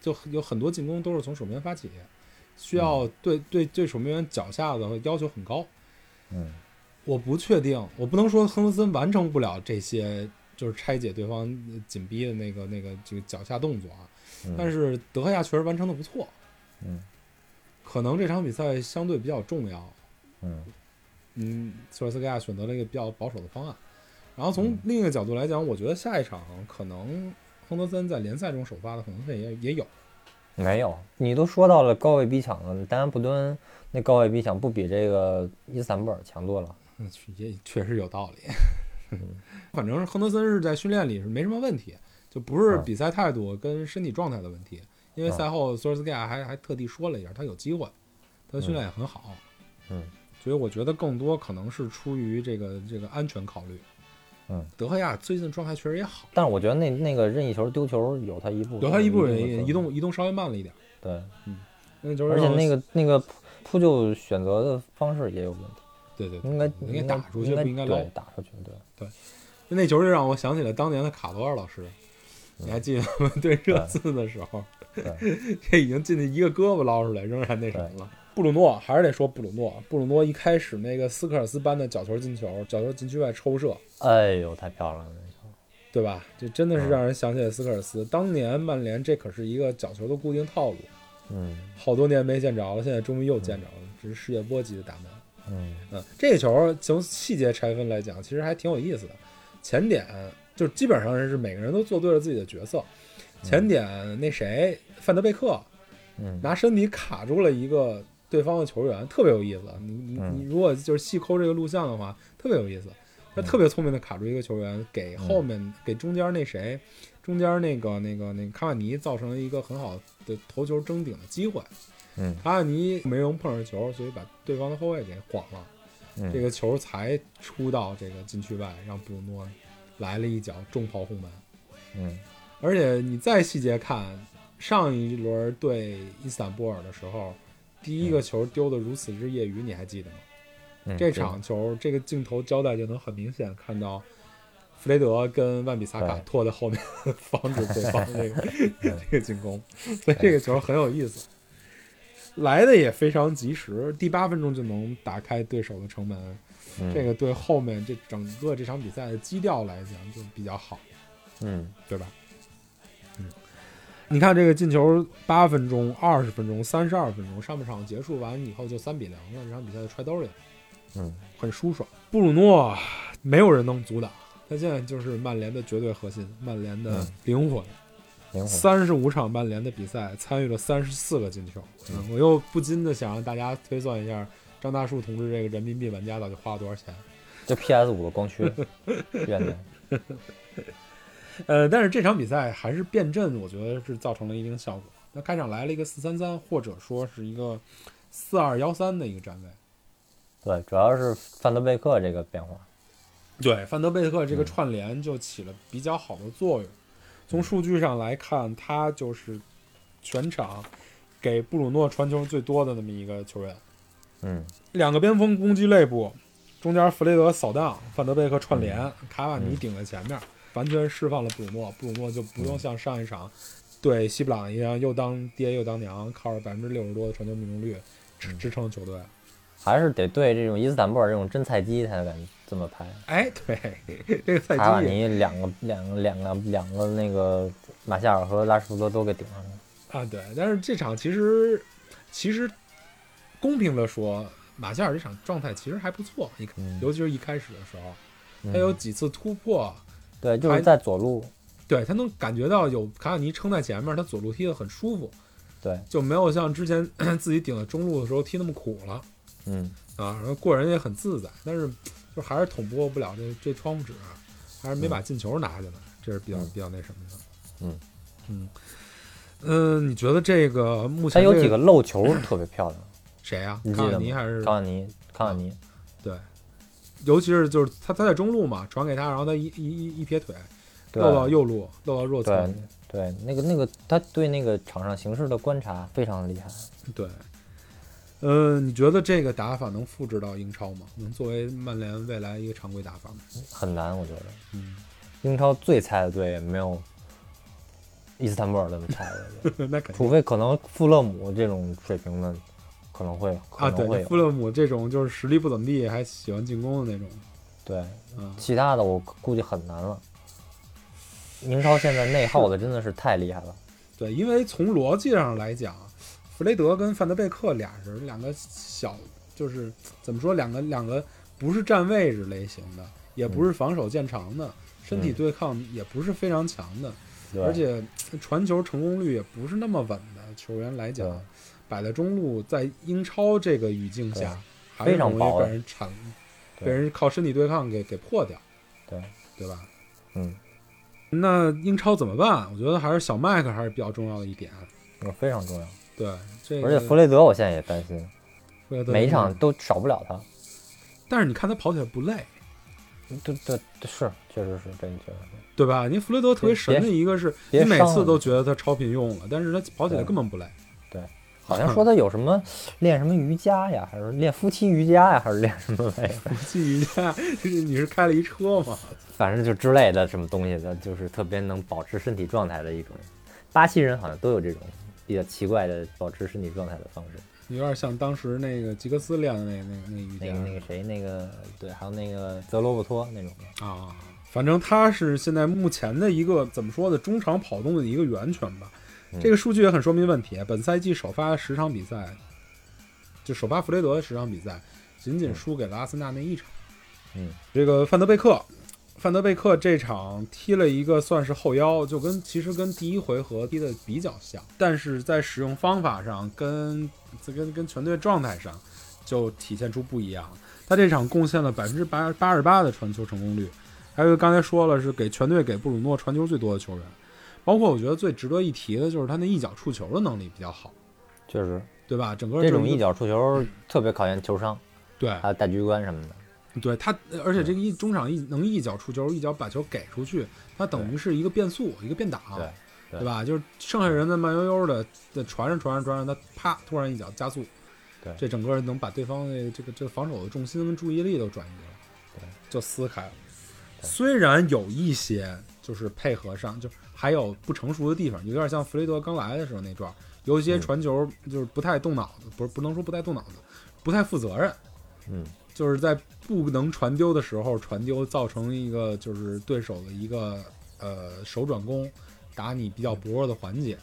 Speaker 2: 就有很多进攻都是从守门员发起，需要对对对守门员脚下的要求很高。
Speaker 3: 嗯
Speaker 2: 我不确定，我不能说亨德森完成不了这些，就是拆解对方紧逼的那个那个这个脚下动作啊。
Speaker 3: 嗯
Speaker 2: 但是德赫亚确实完成的不错，
Speaker 3: 嗯
Speaker 2: 可能这场比赛相对比较重要，
Speaker 3: 嗯
Speaker 2: 嗯，索尔斯克亚选择了一个比较保守的方案。然后
Speaker 3: 嗯
Speaker 2: 从另一个角度来讲，我觉得下一场可能亨德森在联赛中首发的可能性也也有，
Speaker 3: 没有，你都说到了高位逼抢了，丹安普敦那高位逼抢不比这个伊斯坦布尔强多了？
Speaker 2: 嗯，也确实有道理。
Speaker 3: 嗯
Speaker 2: 反正亨德森是在训练里是没什么问题，就不是
Speaker 3: 嗯
Speaker 2: 比赛态度跟身体状态的问题。因为
Speaker 3: 嗯
Speaker 2: 赛后索尔斯克亚还还特地说了一下，他有机会，他的训练也很好。
Speaker 3: 嗯，
Speaker 2: 所以我觉得更多可能是出于这个这个安全考虑。
Speaker 3: 嗯，
Speaker 2: 德赫亚最近状态确实也好，
Speaker 3: 但是我觉得那那个任意球丢球有他一步，
Speaker 2: 有他一步
Speaker 3: 的责
Speaker 2: 也
Speaker 3: 任
Speaker 2: 移动移动稍微慢了一点，
Speaker 3: 对，
Speaker 2: 那就是
Speaker 3: 而且
Speaker 2: 让
Speaker 3: 那个那个扑扑救选择的方式也有问题，
Speaker 2: 对对对
Speaker 3: 应该
Speaker 2: 应该打出去
Speaker 3: 应该
Speaker 2: 不应该
Speaker 3: 对
Speaker 2: 捞
Speaker 3: 打出去对。
Speaker 2: 那球就让我想起了当年的卡罗尔老师，你还记得吗？
Speaker 3: 嗯
Speaker 2: 对热刺的时候， 这已经进去一个胳膊捞出来，仍然那什么了。布鲁诺还是得说布鲁诺，布鲁诺一开始那个斯科尔斯般的角球进球，角球禁区外抽射，
Speaker 3: 哎呦，太漂亮了！那球
Speaker 2: 对吧？这真的是
Speaker 3: 嗯
Speaker 2: 让人想起了斯科尔斯。当年曼联这可是一个角球的固定套路，
Speaker 3: 嗯
Speaker 2: 好多年没见着了，现在终于又见着了，这是世界波级的大门。
Speaker 3: 嗯
Speaker 2: 嗯，这个球从细节拆分来讲，其实还挺有意思的。前点就基本上是每个人都做对了自己的角色。前点那谁范德贝克
Speaker 3: 嗯，
Speaker 2: 拿身体卡住了一个对方的球员，特别有意思。你你
Speaker 3: 嗯
Speaker 2: 你如果就是细抠这个录像的话，特别有意思。他特别聪明的卡住一个球员，给
Speaker 3: 嗯
Speaker 2: 后面给中间那谁，中间那个那个那个卡瓦尼造成了一个很好的头球争顶的机会。
Speaker 3: 嗯
Speaker 2: 卡瓦尼没容碰上球，所以把对方的后卫给晃了。
Speaker 3: 嗯
Speaker 2: 这个球才出到这个禁区外，让布鲁诺来了一脚重炮轰门。
Speaker 3: 嗯
Speaker 2: 而且你再细节看，上一轮对伊斯坦布尔的时候，第一个球丢的如此之业余，你还记得吗？
Speaker 3: 嗯
Speaker 2: 这场球这个镜头交代就能很明显看到。弗雷德跟万比萨卡
Speaker 3: 对
Speaker 2: 拖在后面， 防止对方这个 这个进攻，所以这个球很有意思，来的也非常及时，第八分钟就能打开对手的城门，
Speaker 3: 嗯
Speaker 2: 这个对后面这整个这场比赛的基调来讲就比较好，
Speaker 3: 嗯
Speaker 2: 对吧？嗯，你看这个进球八分钟、二十分钟、三十二分钟，上半场结束完以后就三比零了，这场比赛就揣兜里了，
Speaker 3: 嗯
Speaker 2: 很舒爽。布鲁诺没有人能阻挡，他现在就是曼联的绝对核心，曼联的
Speaker 3: 嗯
Speaker 2: 灵魂。
Speaker 3: 灵活
Speaker 2: 三十五场曼联的比赛，参与了三十四个进球。嗯，我又不禁的想让大家推算一下，张大树同志这个人民币玩家到底花了多少钱？
Speaker 3: 就 PS 五的光 驱，怨的
Speaker 2: 呃，但是这场比赛还是变阵，我觉得是造成了一定效果。那开场来了一个四三三，或者说是一个四二幺三的一个站位。
Speaker 3: 对，主要是范德贝克这个变化，
Speaker 2: 对，范德贝克这个串联就起了比较好的作用。从数据上来看，他就是全场给布鲁诺传球最多的那么一个球员。
Speaker 3: 嗯
Speaker 2: 两个边锋攻击肋部，中间弗雷德扫荡，范德贝克串联，卡瓦尼
Speaker 3: 嗯
Speaker 2: 顶在前面，完全释放了布鲁诺，布鲁诺就不用像上一场对西布朗一样又当爹又当娘，靠着百分之六十多的传球命中率支
Speaker 3: 嗯
Speaker 2: 支撑球队。
Speaker 3: 还是得对这种伊斯坦布尔这种真菜鸡才敢这么拍。
Speaker 2: 哎，对，这个赛
Speaker 3: 卡瓦
Speaker 2: 季
Speaker 3: 尼两个两个两个两个那个马夏尔和拉什福德都给顶上了，
Speaker 2: 啊，对，但是这场其实其实公平的说，马夏尔这场状态其实还不错，你看，
Speaker 3: 嗯
Speaker 2: 尤其是一开始的时候，
Speaker 3: 嗯
Speaker 2: 他有几次突破。
Speaker 3: 对，就
Speaker 2: 还
Speaker 3: 是在左路，
Speaker 2: 对他能感觉到有卡瓦尼撑在前面，他左路踢得很舒服，
Speaker 3: 对，
Speaker 2: 就没有像之前 自己顶在中路的时候踢那么苦了
Speaker 3: 嗯
Speaker 2: 啊，然后过人也很自在，但是就还是捅破不了这这窗户纸，还是没把进球拿下来，这是比较
Speaker 3: 嗯
Speaker 2: 比较那什么的。
Speaker 3: 嗯
Speaker 2: 嗯嗯、你觉得这个目
Speaker 3: 他
Speaker 2: 前
Speaker 3: 有
Speaker 2: 这
Speaker 3: 几个漏球特别漂亮，
Speaker 2: 谁啊？
Speaker 3: 你记
Speaker 2: 卡瓦
Speaker 3: 得
Speaker 2: 尼
Speaker 3: 吗
Speaker 2: 还是啊
Speaker 3: 卡瓦尼，卡瓦尼，
Speaker 2: 对，尤其是就是他他在中路嘛，传给他，然后他一一一一撇腿
Speaker 3: 对
Speaker 2: 漏到右路，漏到弱侧
Speaker 3: 对对，那个那个他对那个场上形势的观察非常厉害，
Speaker 2: 对，呃，你觉得这个打法能复制到英超吗？能作为曼联未来一个常规打法吗？
Speaker 3: 很难我觉得。
Speaker 2: 嗯，
Speaker 3: 英超最菜的队也没有伊斯坦布尔 那么菜的，我觉得
Speaker 2: 那肯定
Speaker 3: 除非可能富勒姆这种水平的可能会可
Speaker 2: 啊，
Speaker 3: 能会
Speaker 2: 对，
Speaker 3: 有。
Speaker 2: 富勒姆这种就是实力不怎么地，还喜欢进攻的那种，
Speaker 3: 对，
Speaker 2: 嗯，
Speaker 3: 其他的我估计很难了。英超现在内耗的真的是太厉害了，
Speaker 2: 对，因为从逻辑上来讲，弗雷德跟范德贝克俩人两个小，就是怎么说，两个两个不是站位置类型的，也不是防守见长的，身体
Speaker 3: 嗯
Speaker 2: 对抗也不是非常强的，
Speaker 3: 对
Speaker 2: 而且传球成功率也不是那么稳的，球员来讲
Speaker 3: 对，
Speaker 2: 摆在中路，在英超这个语境
Speaker 3: 对
Speaker 2: 下，还是
Speaker 3: 非常
Speaker 2: 容
Speaker 3: 薄
Speaker 2: 易
Speaker 3: 的
Speaker 2: 被人铲，
Speaker 3: 对
Speaker 2: 被人靠身体对抗给给破掉，
Speaker 3: 对，
Speaker 2: 对吧？
Speaker 3: 嗯，
Speaker 2: 那英超怎么办？我觉得还是小麦克还是比较重要的一点。
Speaker 3: 那非常重要。
Speaker 2: 对，这个、
Speaker 3: 而且弗雷德，我现在也担心，
Speaker 2: 弗雷德
Speaker 3: 每一场，都少不了他。
Speaker 2: 但是你看他跑起来不累，
Speaker 3: 对对对，是，确实是这一确实是。
Speaker 2: 对吧？您弗雷德特别神的一个是，
Speaker 3: 别
Speaker 2: 你
Speaker 3: 别
Speaker 2: 每
Speaker 3: 伤了
Speaker 2: 次都觉得他超频用了，但是他跑起来
Speaker 3: 对
Speaker 2: 根本不累。
Speaker 3: 好像说他有什么练什么瑜伽呀，还是练夫妻瑜伽呀，还是练什么玩意儿，
Speaker 2: 记一下，就是 你是开了一车吗？
Speaker 3: 反正就之类的什么东西的，就是特别能保持身体状态的一种。巴西人好像都有这种比较奇怪的保持身体状态的方式。
Speaker 2: 有点像当时那个吉格斯练的那那那瑜
Speaker 3: 那个那
Speaker 2: 伽
Speaker 3: 个谁，那个对，还有那个泽罗伯托那种的。
Speaker 2: 啊。反正他是现在目前的一个怎么说呢，中场跑动的一个源泉吧。
Speaker 3: 嗯
Speaker 2: 这个数据也很说明问题。本赛季首发十场比赛，就首发弗雷德的十场比赛，仅仅输给了阿森纳那一场。
Speaker 3: 嗯，
Speaker 2: 这个范德贝克，范德贝克这场踢了一个算是后腰，就跟其实跟第一回合踢的比较像，但是在使用方法上跟跟跟全队状态上就体现出不一样。他这场贡献了百分之八八十八的传球成功率，还有刚才说了是给全队给布鲁诺传球最多的球员，包括我觉得最值得一提的就是他那一脚触球的能力比较好，
Speaker 3: 确实，
Speaker 2: 对吧？整个
Speaker 3: 这
Speaker 2: 么
Speaker 3: 种
Speaker 2: 一个
Speaker 3: 一脚触球特别考验球商，
Speaker 2: 对
Speaker 3: 还有大局观什么的。
Speaker 2: 对他，呃而且这个一中场一能一脚出球，一脚把球给出去，他等于是一个变速，一个变挡，
Speaker 3: 对对
Speaker 2: 吧？就是剩下人在慢悠悠的的传上传上传上，他啪突然一脚加速，
Speaker 3: 对
Speaker 2: 这整个能把对方的这个这个防守的重心跟注意力都转移了，
Speaker 3: 对，
Speaker 2: 就撕开了。
Speaker 3: 对
Speaker 2: 虽然有一些就是配合上，就是还有不成熟的地方，有点像弗雷德刚来的时候那段儿，有一些
Speaker 3: 嗯
Speaker 2: 传球就是不太动脑子，不是不能说不太动脑子，不太负责任。
Speaker 3: 嗯，
Speaker 2: 就是在不能传丢的时候传丢，造成一个就是对手的一个呃手转攻，打你比较薄弱的环节。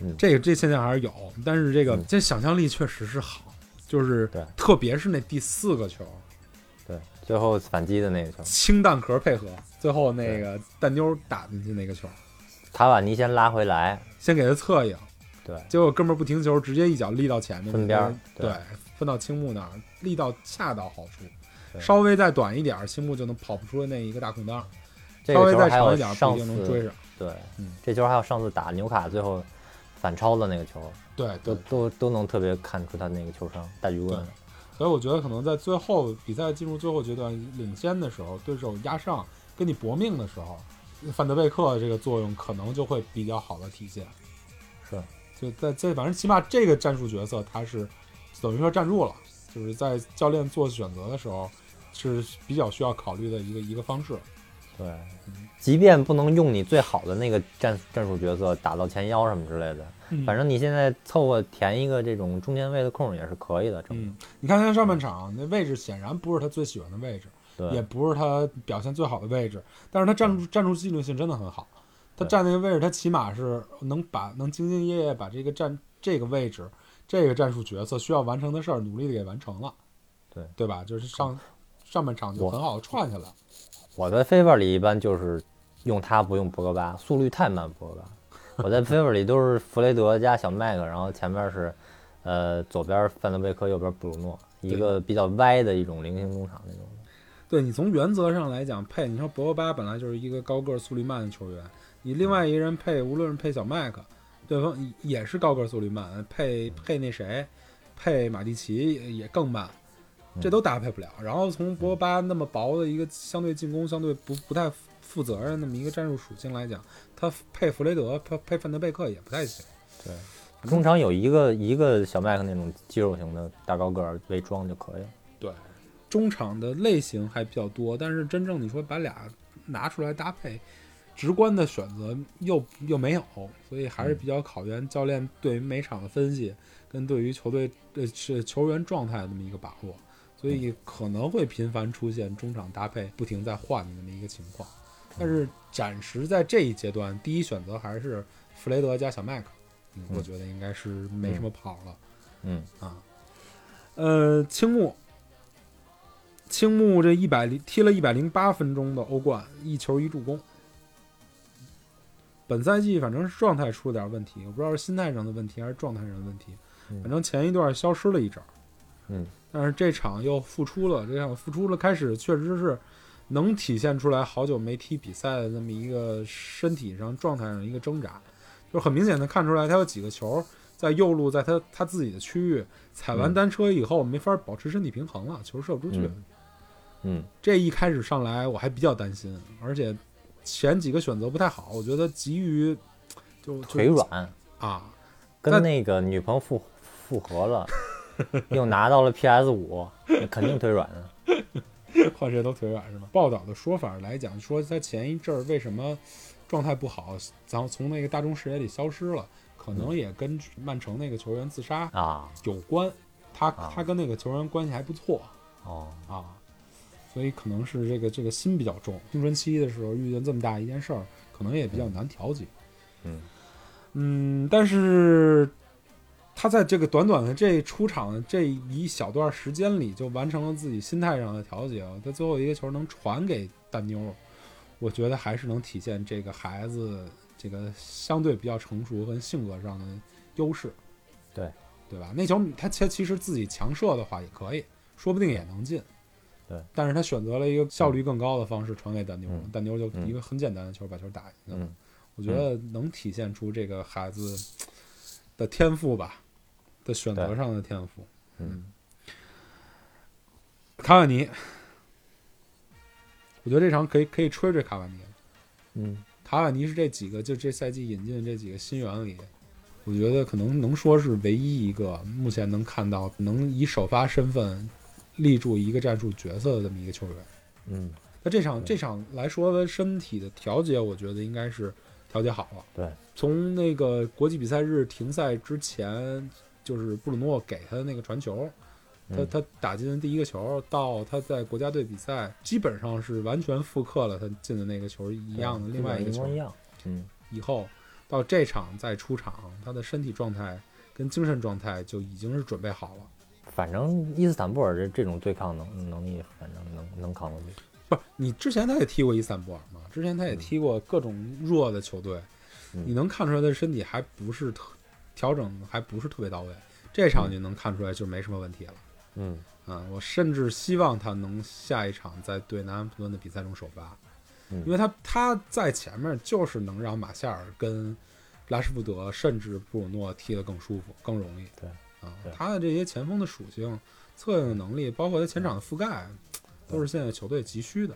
Speaker 3: 嗯
Speaker 2: 这个这现象还是有，但是这个、
Speaker 3: 嗯
Speaker 2: 这想象力确实是好，就是
Speaker 3: 对
Speaker 2: 特别是那第四个球，
Speaker 3: 对，最后反击的那个球，
Speaker 2: 氢弹壳配合，最后那个蛋妞打进去那个球，
Speaker 3: 卡瓦尼先拉回来，
Speaker 2: 先给他侧应，
Speaker 3: 对，
Speaker 2: 结果哥们儿不停球，直接一脚立到前面，
Speaker 3: 分边儿
Speaker 2: 对
Speaker 3: 对，
Speaker 2: 分到青木那儿，力道恰到好处，
Speaker 3: 对
Speaker 2: 稍微再短一点儿，青木就能跑不出那一个大空当。
Speaker 3: 这
Speaker 2: 稍
Speaker 3: 个
Speaker 2: 微
Speaker 3: 球
Speaker 2: 再
Speaker 3: 还
Speaker 2: 长
Speaker 3: 有
Speaker 2: 一点，不
Speaker 3: 上
Speaker 2: 一定能追
Speaker 3: 次
Speaker 2: 上。
Speaker 3: 对
Speaker 2: 嗯，
Speaker 3: 这球还有上次打纽卡最后反超的那个球，
Speaker 2: 对
Speaker 3: 都
Speaker 2: 对，
Speaker 3: 都都能特别看出他那个球商大局观。
Speaker 2: 所以我觉得可能在最后比赛进入最后阶段领先的时候，对手压上跟你搏命的时候，范德贝克这个作用可能就会比较好的体现。
Speaker 3: 是，
Speaker 2: 就在这，反正起码这个战术角色他是等于说站住了，就是在教练做选择的时候是比较需要考虑的一个一个方式。
Speaker 3: 对，即便不能用你最好的那个战战术角色打到前腰什么之类的，
Speaker 2: 嗯
Speaker 3: 反正你现在凑合填一个这种中前卫的空也是可以的。这么
Speaker 2: 嗯，你看他上半场那位置显然不是他最喜欢的位置。也
Speaker 3: 对嗯
Speaker 2: 不是他表现最好的位置，但是他战术战术纪律性真的很好。他
Speaker 3: 对
Speaker 2: 站那个位置，他起码是能把能兢兢业业把这个战这个位置这个战术角色需要完成的事儿努力的给完成了，
Speaker 3: 对
Speaker 2: 对吧？就是上上半场就
Speaker 3: 我
Speaker 2: 很好地串下来，
Speaker 3: 我在 favor 里一般就是用他不用博格巴，速率太慢博格 巴。我在 favor 里都是弗雷德加小麦克，然后前面是呃左边范德贝克，右边布鲁诺，一个比较歪的一种菱形中场那种。
Speaker 2: 对你从原则上来讲配，你说博格巴本来就是一个高个儿速率慢的球员，你另外一个人配，无论是配小麦克，对方也是高个儿速率慢，配配那谁，配马蒂奇也更慢，这都搭配不了。然后从博格巴那么薄的一个相对进攻、相对不不太负责任那么一个战术属性来讲，他配弗雷德、配配范德贝克也不太行。
Speaker 3: 中场有一个一个小麦克那种肌肉型的大高个儿伪装就可以了。
Speaker 2: 对，中场的类型还比较多，但是真正你说把俩拿出来搭配，直观的选择又又没有，所以还是比较考验教练对于每场的分析跟对于球队呃是球员状态的那么一个把握，所以可能会频繁出现中场搭配不停在换的那么一个情况。但是暂时在这一阶段，第一选择还是弗雷德加小麦克，嗯我觉得应该是没什么跑了。
Speaker 3: 嗯，
Speaker 2: 呃，青木，青木这一百零踢了一百零八分钟的欧冠，一球一助攻，本赛季反正是状态出了点问题，我不知道是心态上的问题还是状态上的问题，
Speaker 3: 嗯
Speaker 2: 反正前一段消失了一阵儿，
Speaker 3: 嗯，
Speaker 2: 但是这场又复出了，这场复出了，开始确实是能体现出来好久没踢比赛的那么一个身体上状态上一个挣扎，就是很明显的看出来他有几个球在右路，在他他自己的区域踩完
Speaker 3: 嗯
Speaker 2: 单车以后没法保持身体平衡了，球射不出去，
Speaker 3: 嗯嗯
Speaker 2: 这一开始上来我还比较担心，而且前几个选择不太好，我觉得急于就
Speaker 3: 腿
Speaker 2: 就
Speaker 3: 软，
Speaker 2: 啊，那
Speaker 3: 跟那个女朋友复复合了，又拿到了 PS 五，肯定腿软啊。
Speaker 2: 换谁都腿软是吗？报道的说法来讲，说他前一阵儿为什么状态不好，然后从那个大众视野里消失了，可
Speaker 3: 嗯
Speaker 2: 能也跟曼城那个球员自杀
Speaker 3: 啊，
Speaker 2: 有关。他
Speaker 3: 啊
Speaker 2: 他跟那个球员关系还不错
Speaker 3: 哦，
Speaker 2: 啊，所以可能是这个这个心比较重。青春期的时候遇见这么大一件事儿，可能也比较难调节。
Speaker 3: 嗯
Speaker 2: 嗯，但是他在这个短短的这出场的这一小段时间里，就完成了自己心态上的调节。他最后一个球能传给丹妞，我觉得还是能体现这个孩子这个相对比较成熟跟性格上的优势。
Speaker 3: 对，
Speaker 2: 对吧？那球他其其实自己强射的话也可以，说不定也能进。
Speaker 3: 对，
Speaker 2: 但是他选择了一个效率更高的方式传给丹妞了，
Speaker 3: 嗯
Speaker 2: 丹妞就
Speaker 3: 嗯
Speaker 2: 一个很简单的球把球打进去了。
Speaker 3: 嗯
Speaker 2: 我觉得能体现出这个孩子的天赋吧，的选择
Speaker 3: 对
Speaker 2: 上的天赋。
Speaker 3: 嗯，
Speaker 2: 卡瓦尼，我觉得这场可以可以吹吹卡瓦尼。
Speaker 3: 嗯，
Speaker 2: 卡瓦尼是这几个就这赛季引进的这几个新援里，我觉得可能能说是唯一一个目前能看到能以首发身份立住一个战术角色的这么一个球员。
Speaker 3: 嗯，
Speaker 2: 那这场这场来说，身体的调节，我觉得应该是调节好了。
Speaker 3: 对，
Speaker 2: 从那个国际比赛日停赛之前，就是布鲁诺给他的那个传球，他
Speaker 3: 嗯
Speaker 2: 他打进的第一个球，到他在国家队比赛，基本上是完全复刻了他进的那个球一样的
Speaker 3: 对
Speaker 2: 另外一个
Speaker 3: 基
Speaker 2: 球
Speaker 3: 本一。样。嗯
Speaker 2: 以后到这场再出场，他的身体状态跟精神状态就已经是准备好了。，
Speaker 3: 反正伊斯坦布尔这这种对抗能能力，反正能能扛得住。
Speaker 2: 不是你之前他也踢过伊斯坦布尔嘛？之前他也踢过各种弱的球队，
Speaker 3: 嗯
Speaker 2: 你能看出来他的身体还不是特调整还不是特别到位。这场你能看出来就没什么问题了。
Speaker 3: 嗯
Speaker 2: 啊、我甚至希望他能下一场在对南安普顿的比赛中首发，
Speaker 3: 嗯
Speaker 2: 因为他他在前面就是能让马夏尔跟拉什福德甚至布鲁诺踢得更舒服、更容易。
Speaker 3: 对
Speaker 2: 啊、
Speaker 3: 对
Speaker 2: 他的这些前锋的属性、策应的能力，包括他前场的覆盖，都是现在球队急需的。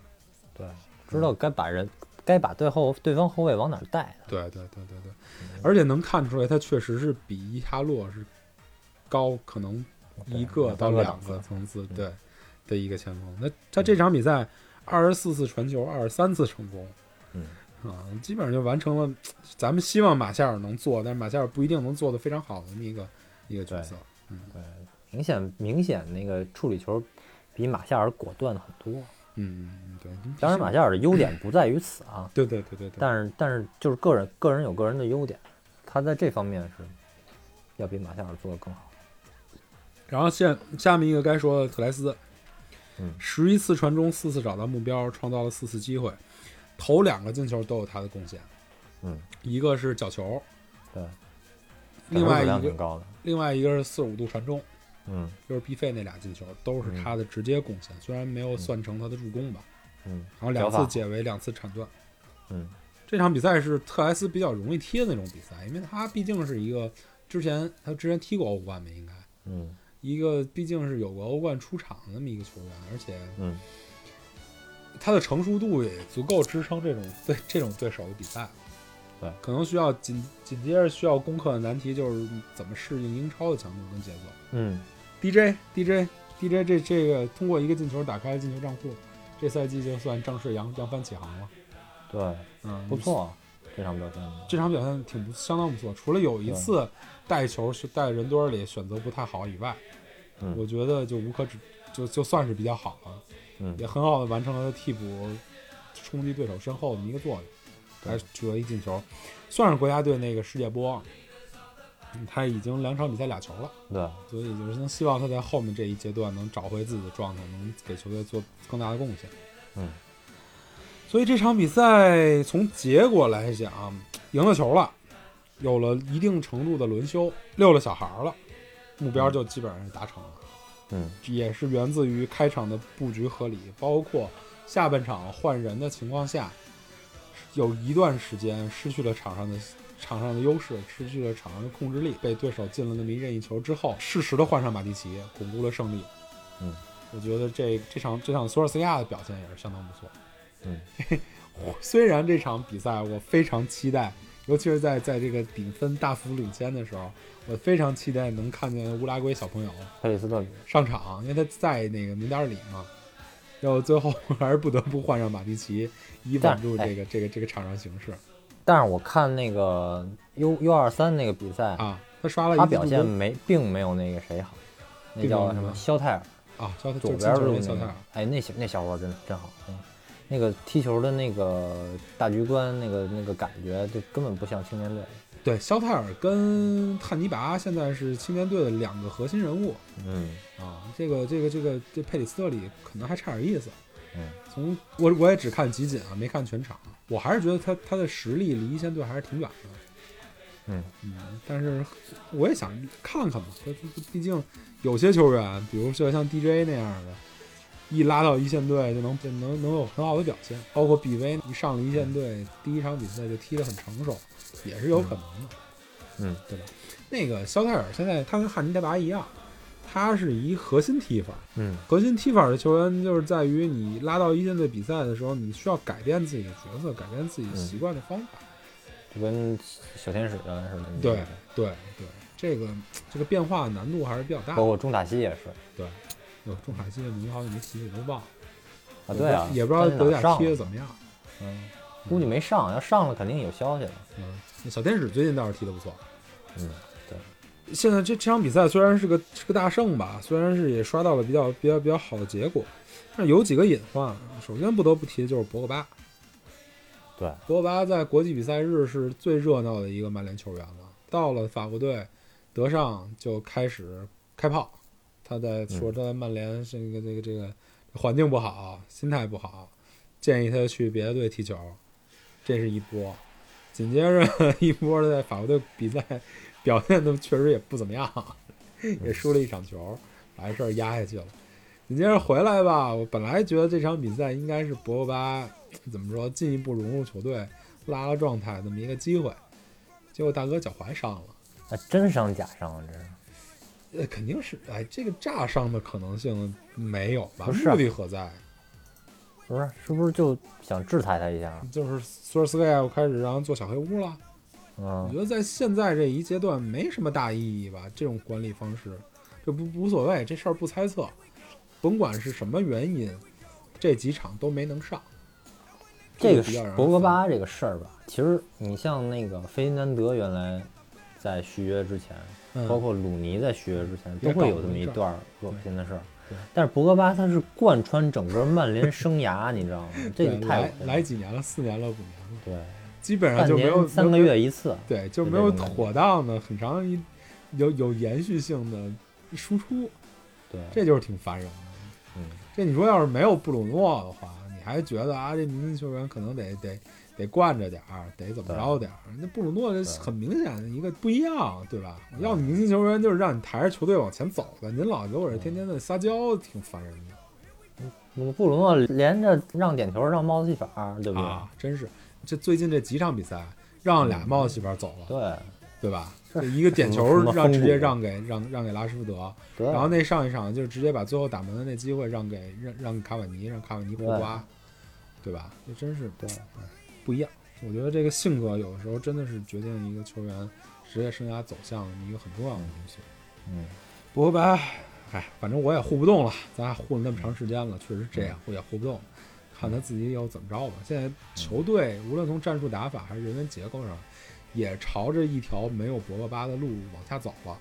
Speaker 3: 对，知道该把人该把对后对方后卫往哪儿带的。
Speaker 2: 对对对对对，
Speaker 3: 嗯
Speaker 2: 而且能看出来，他确实是比伊哈洛是高可能一个到两个层次
Speaker 3: 嗯
Speaker 2: 对的一个前锋。那他这场比赛二十四次传球，二十三次成功，
Speaker 3: 嗯
Speaker 2: 啊，基本上就完成了咱们希望马夏尔能做，但是马夏尔不一定能做得非常好的那么一个一个角色。
Speaker 3: 明显明显那个处理球比马夏尔果断很多。
Speaker 2: 嗯，嗯对。
Speaker 3: 当然，马夏尔的优点不在于此啊，
Speaker 2: 对对对对对，
Speaker 3: 但是但是就是个人个人有个人的优点，他在这方面是要比马夏尔做得更好。
Speaker 2: 然后下下面一个该说的特莱斯，
Speaker 3: 嗯
Speaker 2: 十一次传中，四次找到目标，创造了四次机会，头两个进球都有他的贡献，
Speaker 3: 嗯，
Speaker 2: 一个是角球，
Speaker 3: 对，
Speaker 2: 另外
Speaker 3: 质量
Speaker 2: 一
Speaker 3: 挺
Speaker 2: 个
Speaker 3: 高的。
Speaker 2: 另外一个是四五度传中，
Speaker 3: 嗯
Speaker 2: 就是必费那俩进球都是他的直接贡献，虽然没有算成他的助攻吧，
Speaker 3: 嗯
Speaker 2: 然后两
Speaker 3: 脚
Speaker 2: 次
Speaker 3: 法
Speaker 2: 解围，两次铲断。
Speaker 3: 嗯
Speaker 2: 这场比赛是特莱斯比较容易踢的那种比赛，因为他毕竟是一个之前他之前踢过欧冠嘛，应该
Speaker 3: 嗯
Speaker 2: 一个毕竟是有过欧冠出场的那么一个球员，而且
Speaker 3: 嗯
Speaker 2: 他的成熟度也足够支撑这种 对这种对手的比赛了。
Speaker 3: 对
Speaker 2: 可能需要紧紧接着需要攻克的难题就是怎么适应英超的强度跟节奏。
Speaker 3: 嗯
Speaker 2: DJ DJ DJ 这这个通过一个进球打开了进球账户，这赛季就算正式扬扬帆起航了。
Speaker 3: 对，
Speaker 2: 嗯，
Speaker 3: 不。错啊，这场表现。
Speaker 2: 这场表现挺不相当不错，除了有一次带球是带人堆儿里选择不太好以外，
Speaker 3: 嗯
Speaker 2: 我觉得就无可指就就算是比较好了，
Speaker 3: 嗯
Speaker 2: 也很好的完成了他替补冲击对手身后的一个作用，
Speaker 3: 对
Speaker 2: 还取得一进球，算是国家队那个世界波望。嗯他已经两场比赛俩球了，
Speaker 3: 对，
Speaker 2: 所以就是能希望他在后面这一阶段能找回自己的状态，能给球队做更大的贡献。
Speaker 3: 嗯，
Speaker 2: 所以这场比赛从结果来讲，赢了球了，有了一定程度的轮休，溜了小孩儿了，目标就基本上是达成了。
Speaker 3: 嗯，
Speaker 2: 也是源自于开场的布局合理，包括下半场换人的情况下，有一段时间失去了场上的场上的优势，失去了场上的控制力，被对手进了那么一任意球之后，适时的换上马蒂奇，巩固了胜利。
Speaker 3: 嗯，
Speaker 2: 我觉得这这场这场索尔斯克亚的表现也是相当不错。
Speaker 3: 嗯，
Speaker 2: 虽然这场比赛我非常期待，尤其是在在这个比分大幅领先的时候，我非常期待能看见乌拉圭小朋友。
Speaker 3: 佩里斯特
Speaker 2: 上场，因为他在那个名单里嘛。然后最后 还是不得不换上马蒂奇，以稳住
Speaker 3: 但哎
Speaker 2: 这个这个这个场上形势
Speaker 3: 但是我看那个 U U 二三那个比赛，
Speaker 2: 啊。他刷了一
Speaker 3: 哎他
Speaker 2: 个
Speaker 3: 表
Speaker 2: 助
Speaker 3: 现
Speaker 2: 攻
Speaker 3: 没并没有那个谁好，那
Speaker 2: 并没有
Speaker 3: 叫
Speaker 2: 什
Speaker 3: 什
Speaker 2: 么
Speaker 3: 么肖泰尔，
Speaker 2: 啊，叫他
Speaker 3: 左
Speaker 2: 就是
Speaker 3: 边
Speaker 2: 进球那小
Speaker 3: 路那
Speaker 2: 泰
Speaker 3: 个
Speaker 2: 尔，
Speaker 3: 哎，那小那小伙儿真真好，嗯那个踢球的那个大局观，那个那个感觉，就根本不像青年队。
Speaker 2: 对，肖泰尔跟汉尼拔现在是青年队的两个核心人物
Speaker 3: 嗯
Speaker 2: 啊。这个这个这个这佩里斯特里可能还差点意思。
Speaker 3: 嗯，
Speaker 2: 从我我也只看集锦啊，没看全场。我还是觉得他他的实力离一线队还是挺远的。
Speaker 3: 嗯
Speaker 2: 嗯，但是我也想看看嘛，这这毕竟有些球员，比如说像 DJ 那样的，一拉到一线队就能就能能有很好的表现，包括 BV 一上了一线队，第一场比赛就踢得很成熟，也是有可能的。
Speaker 3: 嗯，
Speaker 2: 对吧？那个肖泰尔现在他跟汉尼戴拔一样，他是一核心踢法，
Speaker 3: 嗯
Speaker 2: 核心踢法的球员就是在于你拉到一线队比赛的时候，你需要改变自己的角色，改变
Speaker 3: 嗯
Speaker 2: 自己习惯的方法。
Speaker 3: 就跟小天使原来似的。
Speaker 2: 对对对，这个这个变化难度还是比较大
Speaker 3: 包
Speaker 2: 的。
Speaker 3: 括中塔西也是
Speaker 2: 有中海系的名好久没提，我都忘了。
Speaker 3: 啊，对啊，
Speaker 2: 也不知道
Speaker 3: 但是
Speaker 2: 德
Speaker 3: 哪
Speaker 2: 甲
Speaker 3: 上
Speaker 2: 踢的
Speaker 3: 了
Speaker 2: 怎么样。
Speaker 3: 嗯，估计没上，要上了肯定有消息了。
Speaker 2: 嗯，那小天使最近倒是踢得不错。
Speaker 3: 嗯，
Speaker 2: 现在这这场比赛虽然是个是个大胜吧，虽然是也刷到了比较比较比较好的结果，但是有几个隐患。啊首先不得不提的就是博格巴，
Speaker 3: 对，
Speaker 2: 博格巴在国际比赛日是最热闹的一个曼联球员了。到了法国队，德尚就开始开炮，他在说他在曼联这个这个这个环境不好，心态不好，建议他去别的队踢球，这是一波。紧接着一波在法国队比赛表现的确实也不怎么样，也输了一场球，把这事儿压下去了。紧接着回来吧，我本来觉得这场比赛应该是博格巴怎么说进一步融入球队、拉拉状态这么一个机会，结果大哥脚踝伤了，
Speaker 3: 啊，真伤假伤啊，这是。
Speaker 2: 呃，肯定是哎，这个炸伤的可能性没有吧？
Speaker 3: 不是啊
Speaker 2: 目的何在？
Speaker 3: 不是，是不是就想制裁他一下？
Speaker 2: 就是索尔斯克亚又开始让人做小黑屋了。我
Speaker 3: 嗯
Speaker 2: 觉得在现在这一阶段没什么大意义吧，这种管理方式，这不无所谓，这事儿不猜测，甭管是什么原因，这几场都没能上。
Speaker 3: 这个
Speaker 2: 比
Speaker 3: 是
Speaker 2: 较让人
Speaker 3: 博格
Speaker 2: 烦
Speaker 3: 巴这个事儿吧，其实你像那个费迪南德原来在续约之前，
Speaker 2: 嗯
Speaker 3: 包括鲁尼在续约之前，
Speaker 2: 也
Speaker 3: 都
Speaker 2: 搞
Speaker 3: 会有
Speaker 2: 过
Speaker 3: 这么
Speaker 2: 一
Speaker 3: 一
Speaker 2: 阵儿
Speaker 3: 段儿恶心的事儿
Speaker 2: 对。
Speaker 3: 但是博格巴他是贯穿整个曼联生涯，你知道吗？这
Speaker 2: 对
Speaker 3: 个太恶
Speaker 2: 来
Speaker 3: 心了
Speaker 2: 来几年了，四年了，五年了，
Speaker 3: 对，
Speaker 2: 基本上
Speaker 3: 半
Speaker 2: 就没有
Speaker 3: 年三个，
Speaker 2: 没有
Speaker 3: 月一次，
Speaker 2: 对，就
Speaker 3: 就
Speaker 2: 没
Speaker 3: 这
Speaker 2: 有
Speaker 3: 种感觉
Speaker 2: 妥当的很长一有有延续性的输出，
Speaker 3: 对，
Speaker 2: 这就是挺烦人的。
Speaker 3: 嗯，
Speaker 2: 这你说要是没有布鲁诺的话，你还觉得啊，这明星球员可能得得得惯着点儿，得怎么着点儿？那布鲁诺这很明显的一个不一样，对吧？
Speaker 3: 嗯
Speaker 2: 要你明星球员就是让你抬着球队往前走的，您老给我这天天的撒娇，挺烦人的
Speaker 3: 那个布鲁诺连着让点球，让帽子戏法儿，对不对？
Speaker 2: 啊！真是，这最近这几场比赛让俩帽子戏法走了，
Speaker 3: 对
Speaker 2: 对吧？
Speaker 3: 是
Speaker 2: 这一个点
Speaker 3: 什
Speaker 2: 球
Speaker 3: 么什么
Speaker 2: 让直接
Speaker 3: 风骨
Speaker 2: 让给让让给拉什福德，
Speaker 3: 对，
Speaker 2: 然后那上一场就是直接把最后打门的那机会让给让让卡瓦尼，让卡瓦尼胡瓜，对吧？这真是
Speaker 3: 对
Speaker 2: 不一样。我觉得这个性格有的时候真的是决定一个球员职业生涯走向的一个很重要的因素。
Speaker 3: 嗯，
Speaker 2: 博格巴，哎，反正我也护不动了，咱俩护了那么长时间了，确实这样，我也护不动，
Speaker 3: 嗯
Speaker 2: 看他自己要怎么着吧。现在球队无论从战术打法还是人员结构上，也朝着一条没有博格巴的路往下走了。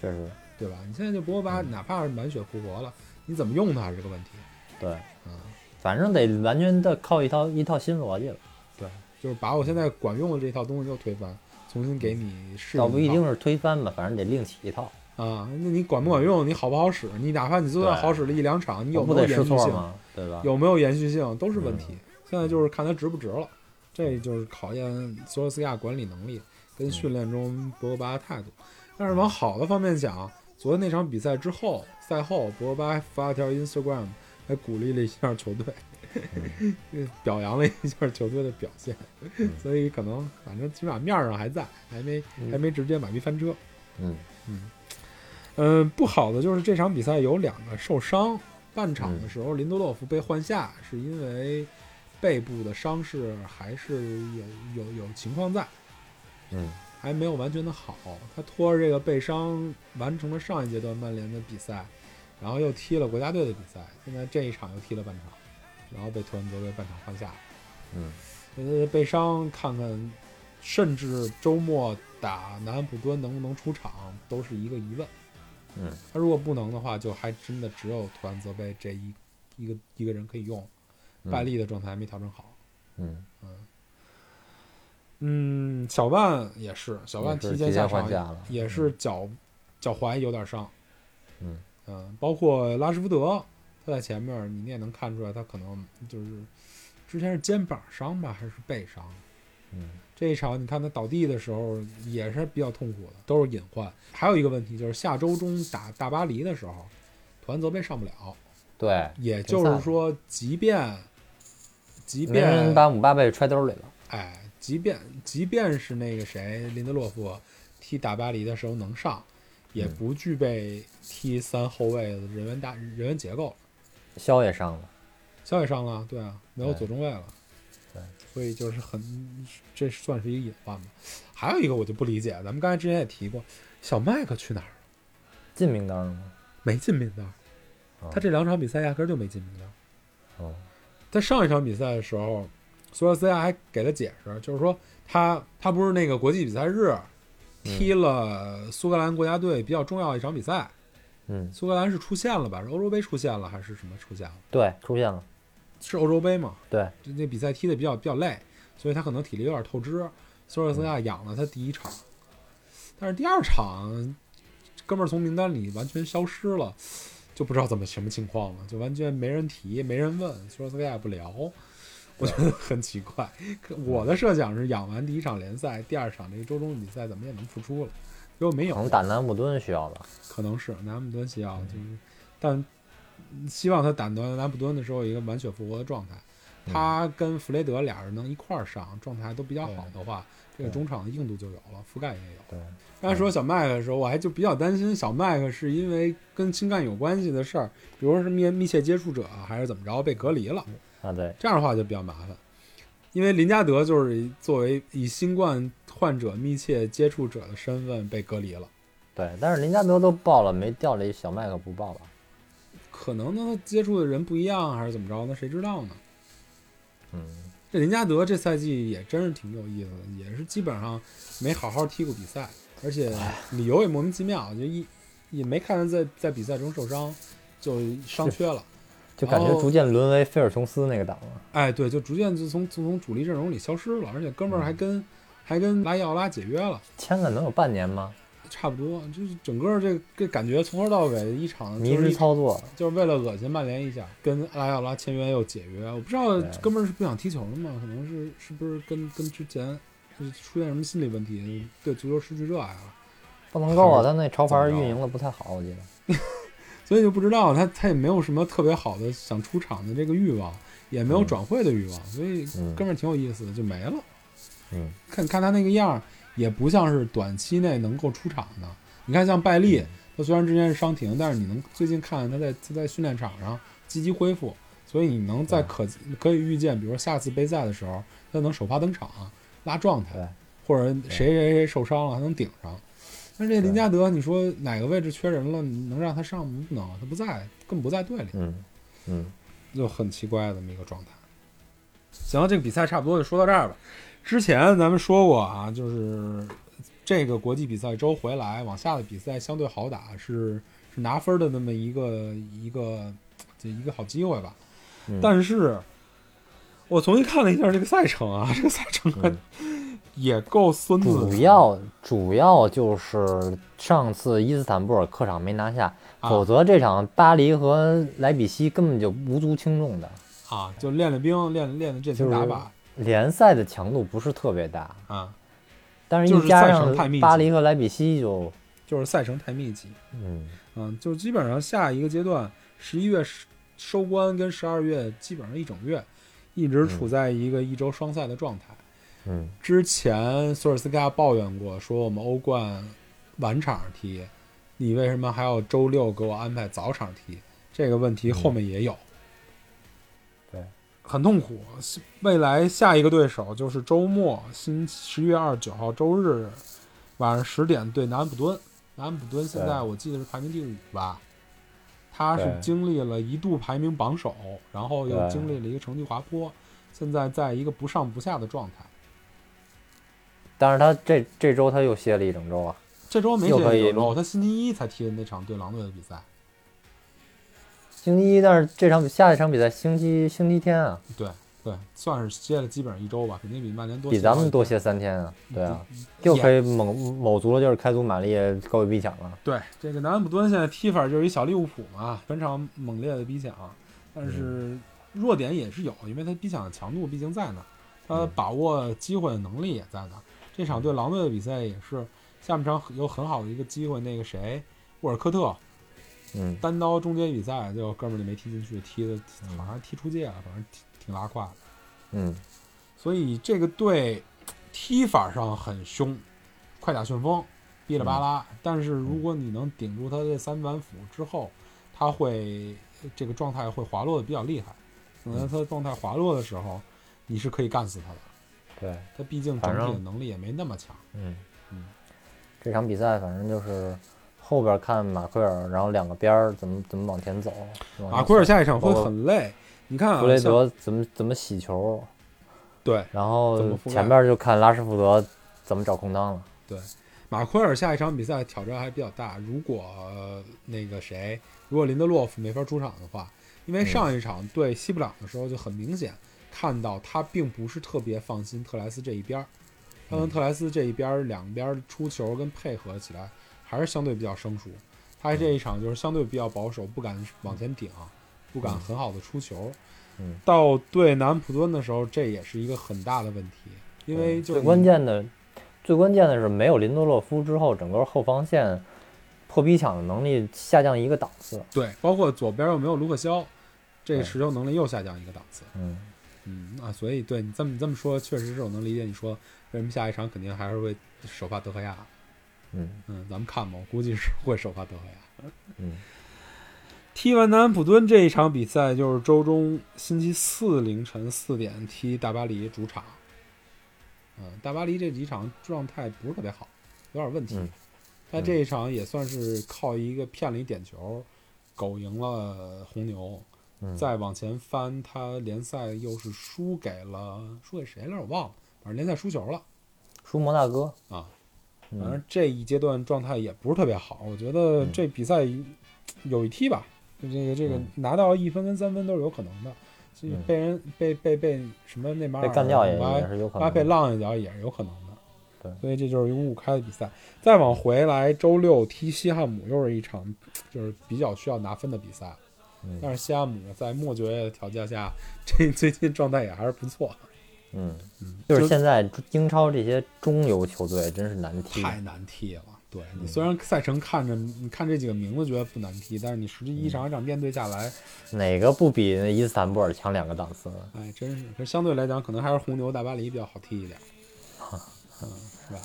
Speaker 3: 确实
Speaker 2: 对吧？你现在就博格巴，
Speaker 3: 嗯
Speaker 2: 哪怕是满血复活了，你怎么用它是个问题
Speaker 3: 对，
Speaker 2: 啊、
Speaker 3: 反正得完全的靠一套一套新逻辑了，
Speaker 2: 对，就是把我现在管用的这套东西又推翻，重新给你试
Speaker 3: 嗯倒不一
Speaker 2: 一
Speaker 3: 定
Speaker 2: 套
Speaker 3: 是推翻吧，反正得另起一套，
Speaker 2: 啊。那你管不管用，你好不好使，你哪怕你就算
Speaker 3: 对
Speaker 2: 好使了一两场，你有
Speaker 3: 不
Speaker 2: 没有
Speaker 3: 得
Speaker 2: 延
Speaker 3: 试
Speaker 2: 续
Speaker 3: 错
Speaker 2: 性，
Speaker 3: 吗？对吧？嗯
Speaker 2: 有没有延续性都是问题。现在就是看他值不值了，这就是考验索尔斯克亚管理能力
Speaker 3: 嗯
Speaker 2: 跟训练中博格巴的态度。但是往好的方面讲，昨天那场比赛之后，赛后博格巴还发了条 Instagram 还鼓励了一下球队， 表扬了一下球队的表现，
Speaker 3: 嗯
Speaker 2: 所以可能反正起码面儿上还在，还没还没直接马屁翻车。
Speaker 3: 嗯
Speaker 2: 嗯，不好的就是这场比赛有两个受伤，半场
Speaker 3: 嗯
Speaker 2: 的时候林多洛夫被换下，是因为背部的伤势还是有有有情况在，
Speaker 3: 嗯
Speaker 2: 还没有完全的好。他拖着这个背伤完成了上一阶段曼联的比赛，然后又踢了国家队的比赛，现在这一场又踢了半场，然后被图恩德被半场换下了。
Speaker 3: 嗯
Speaker 2: 呃，背伤看看，甚至周末打南安普敦能不能出场都是一个疑问。
Speaker 3: 嗯，
Speaker 2: 他如果不能的话，就还真的只有图安泽贝这一一个一个人可以用。
Speaker 3: 嗯
Speaker 2: 拜利的状态还没调整好。
Speaker 3: 嗯，
Speaker 2: 嗯，小万也是，小万
Speaker 3: 也是
Speaker 2: 提
Speaker 3: 提前
Speaker 2: 下
Speaker 3: 换
Speaker 2: 场
Speaker 3: 下了
Speaker 2: 也是脚脚踝有点伤。
Speaker 3: 嗯
Speaker 2: 嗯包括拉什福德，他在前面你也能看出来，他可能就是之前是肩膀伤吧，还是背伤？
Speaker 3: 嗯，
Speaker 2: 这一场你看他倒地的时候也是比较痛苦的，都是隐患。还有一个问题就是下周中打大巴黎的时候，团泽杯上不了，
Speaker 3: 对，
Speaker 2: 也
Speaker 3: 停
Speaker 2: 就
Speaker 3: 赛
Speaker 2: 是
Speaker 3: 了
Speaker 2: 说，即便即
Speaker 3: 没人
Speaker 2: 便
Speaker 3: 把姆巴佩揣兜里了。
Speaker 2: 哎，即便即便是那个谁林德洛夫踢打巴黎的时候能上，也
Speaker 3: 嗯
Speaker 2: 不具备踢三后卫的人员大人员结构。
Speaker 3: 肖也伤了，
Speaker 2: 肖也伤了，对啊，没有
Speaker 3: 对
Speaker 2: 左中卫了，
Speaker 3: 对，
Speaker 2: 所以就是很，这算是一个隐患吧。还有一个我就不理解，咱们刚才之前也提过，小麦克去哪儿了？
Speaker 3: 进名单了吗？
Speaker 2: 没进名单儿，
Speaker 3: 哦
Speaker 2: 他这两场比赛压根儿就没进名单儿。
Speaker 3: 哦，
Speaker 2: 在上一场比赛的时候，索尔斯克亚还给了解释，就是说他他不是那个国际比赛日踢了苏格兰国家队比较重要的一场比赛，
Speaker 3: 嗯，
Speaker 2: 苏格兰是出线了吧？是欧洲杯出线了还是什么出线了？
Speaker 3: 对，出现了，
Speaker 2: 是欧洲杯嘛？
Speaker 3: 对，
Speaker 2: 就那比赛踢得比较比较累，所以他可能体力有点透支。索尔斯克亚养了他第一场，但是第二场哥们儿从名单里完全消失了，就不知道怎么什么情况了，就完全没人提，没人问，索尔斯克亚也不聊，我觉得很奇怪。可我的设想是养完第一场联赛，第二场这个周中比赛怎么也能复出了，结果没有
Speaker 3: 可。能打南安普敦需要吧。
Speaker 2: 可能是南安普敦西奥，就是，但希望他打南南安普敦的时候有一个满血复活的状态。他跟弗雷德俩人能一块儿上，状态都比较好的话，这个中场的硬度就有了，覆盖也有。
Speaker 3: 对，
Speaker 2: 刚才说小麦克的时候，我还就比较担心小麦克是因为跟情感有关系的事儿，比如说是密密切接触者啊还是怎么着被隔离了，
Speaker 3: 啊对，
Speaker 2: 这样的话就比较麻烦。因为林加德就是作为以新冠患者密切接触者的身份被隔离了。
Speaker 3: 对，但是林加德都报了，没调这小麦克不报吧？
Speaker 2: 可能呢他接触的人不一样，还是怎么着呢？谁知道呢？
Speaker 3: 嗯
Speaker 2: 这林加德这赛季也真是挺有意思的，也是基本上没好好踢过比赛，而且理由也莫名其妙，就一也没看他在在比赛中受伤，就伤缺了。，
Speaker 3: 就感觉
Speaker 2: 然后
Speaker 3: 逐渐沦为菲尔琼斯那个档了。
Speaker 2: 哎，对，就逐渐就从从从主力阵容里消失了，而且哥们儿还跟、还跟拉伊奥拉解约了，
Speaker 3: 签了能有半年吗？
Speaker 2: 差不多，就是整个这这感觉从头到尾一场
Speaker 3: 迷
Speaker 2: 就是
Speaker 3: 之
Speaker 2: 一
Speaker 3: 操作，
Speaker 2: 就是为了恶心曼联一下，跟拉亚拉签约又解约，我不知道
Speaker 3: 对
Speaker 2: 哥们儿是不想踢球了吗？可能是是不是跟跟之前就是出现什么心理问题，对足球失去热爱了，
Speaker 3: 不能够啊！
Speaker 2: 是
Speaker 3: 他那潮牌
Speaker 2: 怎么着
Speaker 3: 运营的不太好，我记得。
Speaker 2: 所以就不知道他他也没有什么特别好的想出场的这个欲望，也没有
Speaker 3: 嗯
Speaker 2: 转会的欲望，所以
Speaker 3: 嗯
Speaker 2: 哥们儿挺有意思的，就没了。
Speaker 3: 嗯，
Speaker 2: 看看他那个样儿，也不像是短期内能够出场的。你看，像拜
Speaker 3: 嗯
Speaker 2: 利，他虽然之前是伤停，但是你能最近看他在他在训练场上积极恢复，所以你能
Speaker 3: 嗯
Speaker 2: 在可可以预见，比如说下次杯赛的时候，他能首发登场拉状
Speaker 3: 对
Speaker 2: 态，或者谁谁谁受伤了还能顶上。但是这林加德，你说哪个位置缺人了，你能让他上吗？不能，他不在，更不在队里。
Speaker 3: 嗯嗯，
Speaker 2: 就很奇怪的这么一个状态。行，这个比赛差不多就说到这儿吧。之前咱们说过啊，就是这个国际比赛周回来往下的比赛相对好打，是是拿分的那么一个一个这一个好机会吧。
Speaker 3: 嗯
Speaker 2: 但是，我重新看了一下这个赛程啊， 这个赛程还、
Speaker 3: 嗯
Speaker 2: 也够孙子的。
Speaker 3: 主要主要就是上次伊斯坦布尔客场没拿下，
Speaker 2: 啊
Speaker 3: 否则这场巴黎和莱比锡根本就无足轻重的。
Speaker 2: 啊，就练练兵，练练练这
Speaker 3: 就
Speaker 2: 些
Speaker 3: 是
Speaker 2: 打法
Speaker 3: 联赛的强度不是特别大，
Speaker 2: 啊，
Speaker 3: 但是
Speaker 2: 就
Speaker 3: 一
Speaker 2: 是
Speaker 3: 加
Speaker 2: 赛程太密
Speaker 3: 上
Speaker 2: 集
Speaker 3: 巴黎和莱比锡就，
Speaker 2: 就是赛程太密集。
Speaker 3: 嗯，
Speaker 2: 嗯，就基本上下一个阶段，十一月收收官跟十二月基本上一整月，一直处在一个一周双赛的状态。
Speaker 3: 嗯，
Speaker 2: 之前索尔斯克亚抱怨过，说我们欧冠晚场踢，你为什么还要周六给我安排早场踢？这个问题后面也有，
Speaker 3: 对，
Speaker 2: 很痛苦。未来下一个对手就是周末，星十一月二十九号周日晚上十点对南安普敦。南安普敦现在
Speaker 3: 对
Speaker 2: 我记得是排名第五吧，他是
Speaker 3: 对
Speaker 2: 经历了一度排名榜首，然后又
Speaker 3: 对
Speaker 2: 经历了一个成绩滑坡，现在在一个不上不下的状态。
Speaker 3: 但是他这这周他又歇了一整周啊，
Speaker 2: 这周没
Speaker 3: 又
Speaker 2: 谁
Speaker 3: 可以
Speaker 2: 有周，他星期一才踢的那场对狼队的比赛。
Speaker 3: 星期一，但是这场比下一场比赛星期星期天啊，
Speaker 2: 对对，算是歇了基本上一周吧，肯定比曼联多。
Speaker 3: 比咱们多。歇三天啊，
Speaker 2: 嗯
Speaker 3: 对啊，
Speaker 2: 就
Speaker 3: 又可以猛卯足了劲儿开足马力高位逼抢了，
Speaker 2: 对，这个南安普敦现在踢法就是一小利物浦嘛，全场猛烈的逼抢，但是
Speaker 3: 嗯
Speaker 2: 弱点也是有，因为他逼抢的强度毕竟在那儿，他
Speaker 3: 嗯
Speaker 2: 把握机会的能力也在那儿。这场对狼队的比赛也是下半场有很好的一个机会，那个谁沃尔科特
Speaker 3: 嗯，
Speaker 2: 单刀终结比赛，就哥们儿就没踢进去，踢的好像踢出界了，反正挺挺拉胯的。
Speaker 3: 嗯，
Speaker 2: 所以这个队踢法上很凶，快打旋风，哔哩吧啦。
Speaker 3: 嗯
Speaker 2: 但是如果你能顶住他这三板斧之后，他会这个状态会滑落的比较厉害。等到他状态滑落的时候，你是可以干死他的。
Speaker 3: 对，
Speaker 2: 他毕竟整
Speaker 3: 反正
Speaker 2: 体的能力也没那么强。
Speaker 3: 嗯
Speaker 2: 嗯，
Speaker 3: 这场比赛反正就是后边看马奎尔，然后两个边儿怎么怎么往前走，怎么往前
Speaker 2: 马奎尔下一场会
Speaker 3: 包括
Speaker 2: 很累，你看
Speaker 3: 弗雷
Speaker 2: 啊，像
Speaker 3: 德怎么怎么洗球，
Speaker 2: 对
Speaker 3: 然
Speaker 2: 怎
Speaker 3: 后
Speaker 2: 么覆盖
Speaker 3: 前面就看拉什福德怎么找空当了。
Speaker 2: 马奎尔下一场比赛挑战还比较大，如果、呃那个谁，如果林德洛夫没法出场的话，因
Speaker 3: 嗯
Speaker 2: 为上一场对西布朗的时候就很明显看到他并不是特别放心特莱斯这一边儿，他
Speaker 3: 嗯
Speaker 2: 跟特莱斯这一边儿两边儿出球跟配合起来还是相对比较生疏，他
Speaker 3: 嗯
Speaker 2: 这一场就是相对比较保守，不敢往前顶，不敢很好的出球。
Speaker 3: 嗯
Speaker 2: 到对南安普敦的时候，这也是一个很大的问题，因为
Speaker 3: 嗯
Speaker 2: 就是
Speaker 3: 最
Speaker 2: 你
Speaker 3: 关键的，最关键的是没有林德洛夫之后，整个后防线破逼抢的能力下降一个档次。
Speaker 2: 对，包括左边又没有卢克肖，这个
Speaker 3: 对
Speaker 2: 持球能力又下降一个档次。
Speaker 3: 嗯，
Speaker 2: 嗯啊，所以对你这么你这么说，确实是我能理解你说为什么下一场肯定还是会首发德赫亚。啊
Speaker 3: 嗯
Speaker 2: 嗯，咱们看吧，我估计是会首发德赫亚。
Speaker 3: 嗯，
Speaker 2: 踢完南安普敦这一场比赛，就是周中星期四凌晨四点踢大巴黎主场。嗯，大巴黎这几场状态不是特别好，有点问题。
Speaker 3: 嗯
Speaker 2: 但这一场也算是靠一个骗了一点球，狗赢了红牛。
Speaker 3: 嗯
Speaker 2: 再往前翻，他联赛又是输给了输给谁来着？我忘了，反正联赛输球了。
Speaker 3: 输摩纳哥
Speaker 2: 啊，
Speaker 3: 嗯
Speaker 2: 反正这一阶段状态也不是特别好，我觉得这比赛有一踢吧，就这个这个
Speaker 3: 嗯
Speaker 2: 拿到一分跟三分都是有可能的，所以
Speaker 3: 嗯
Speaker 2: 被人被被被什么那马
Speaker 3: 被干掉也也
Speaker 2: 巴
Speaker 3: 是有可
Speaker 2: 巴
Speaker 3: 能
Speaker 2: 佩
Speaker 3: 的。
Speaker 2: 浪一脚也是有可能的。
Speaker 3: 对
Speaker 2: 所以这就是一个五五开的比赛。再往回来，周六踢西汉姆又是一场就是比较需要拿分的比赛，
Speaker 3: 嗯
Speaker 2: 但是西汉姆在莫爵的调教下，这最近状态也还是不错。
Speaker 3: 嗯，
Speaker 2: 嗯，
Speaker 3: 就是
Speaker 2: 就
Speaker 3: 现在英超这些中游球队真是难踢。
Speaker 2: 太难踢了。对你
Speaker 3: 嗯
Speaker 2: 虽然赛程看着，你看这几个名字觉得不难踢，但是你实际一场一场面对下来，
Speaker 3: 哪个不比那伊斯坦布尔强两个档次呢？
Speaker 2: 哎，真是。可是相对来讲，可能还是红牛、大巴黎比较好踢一点，嗯，是吧？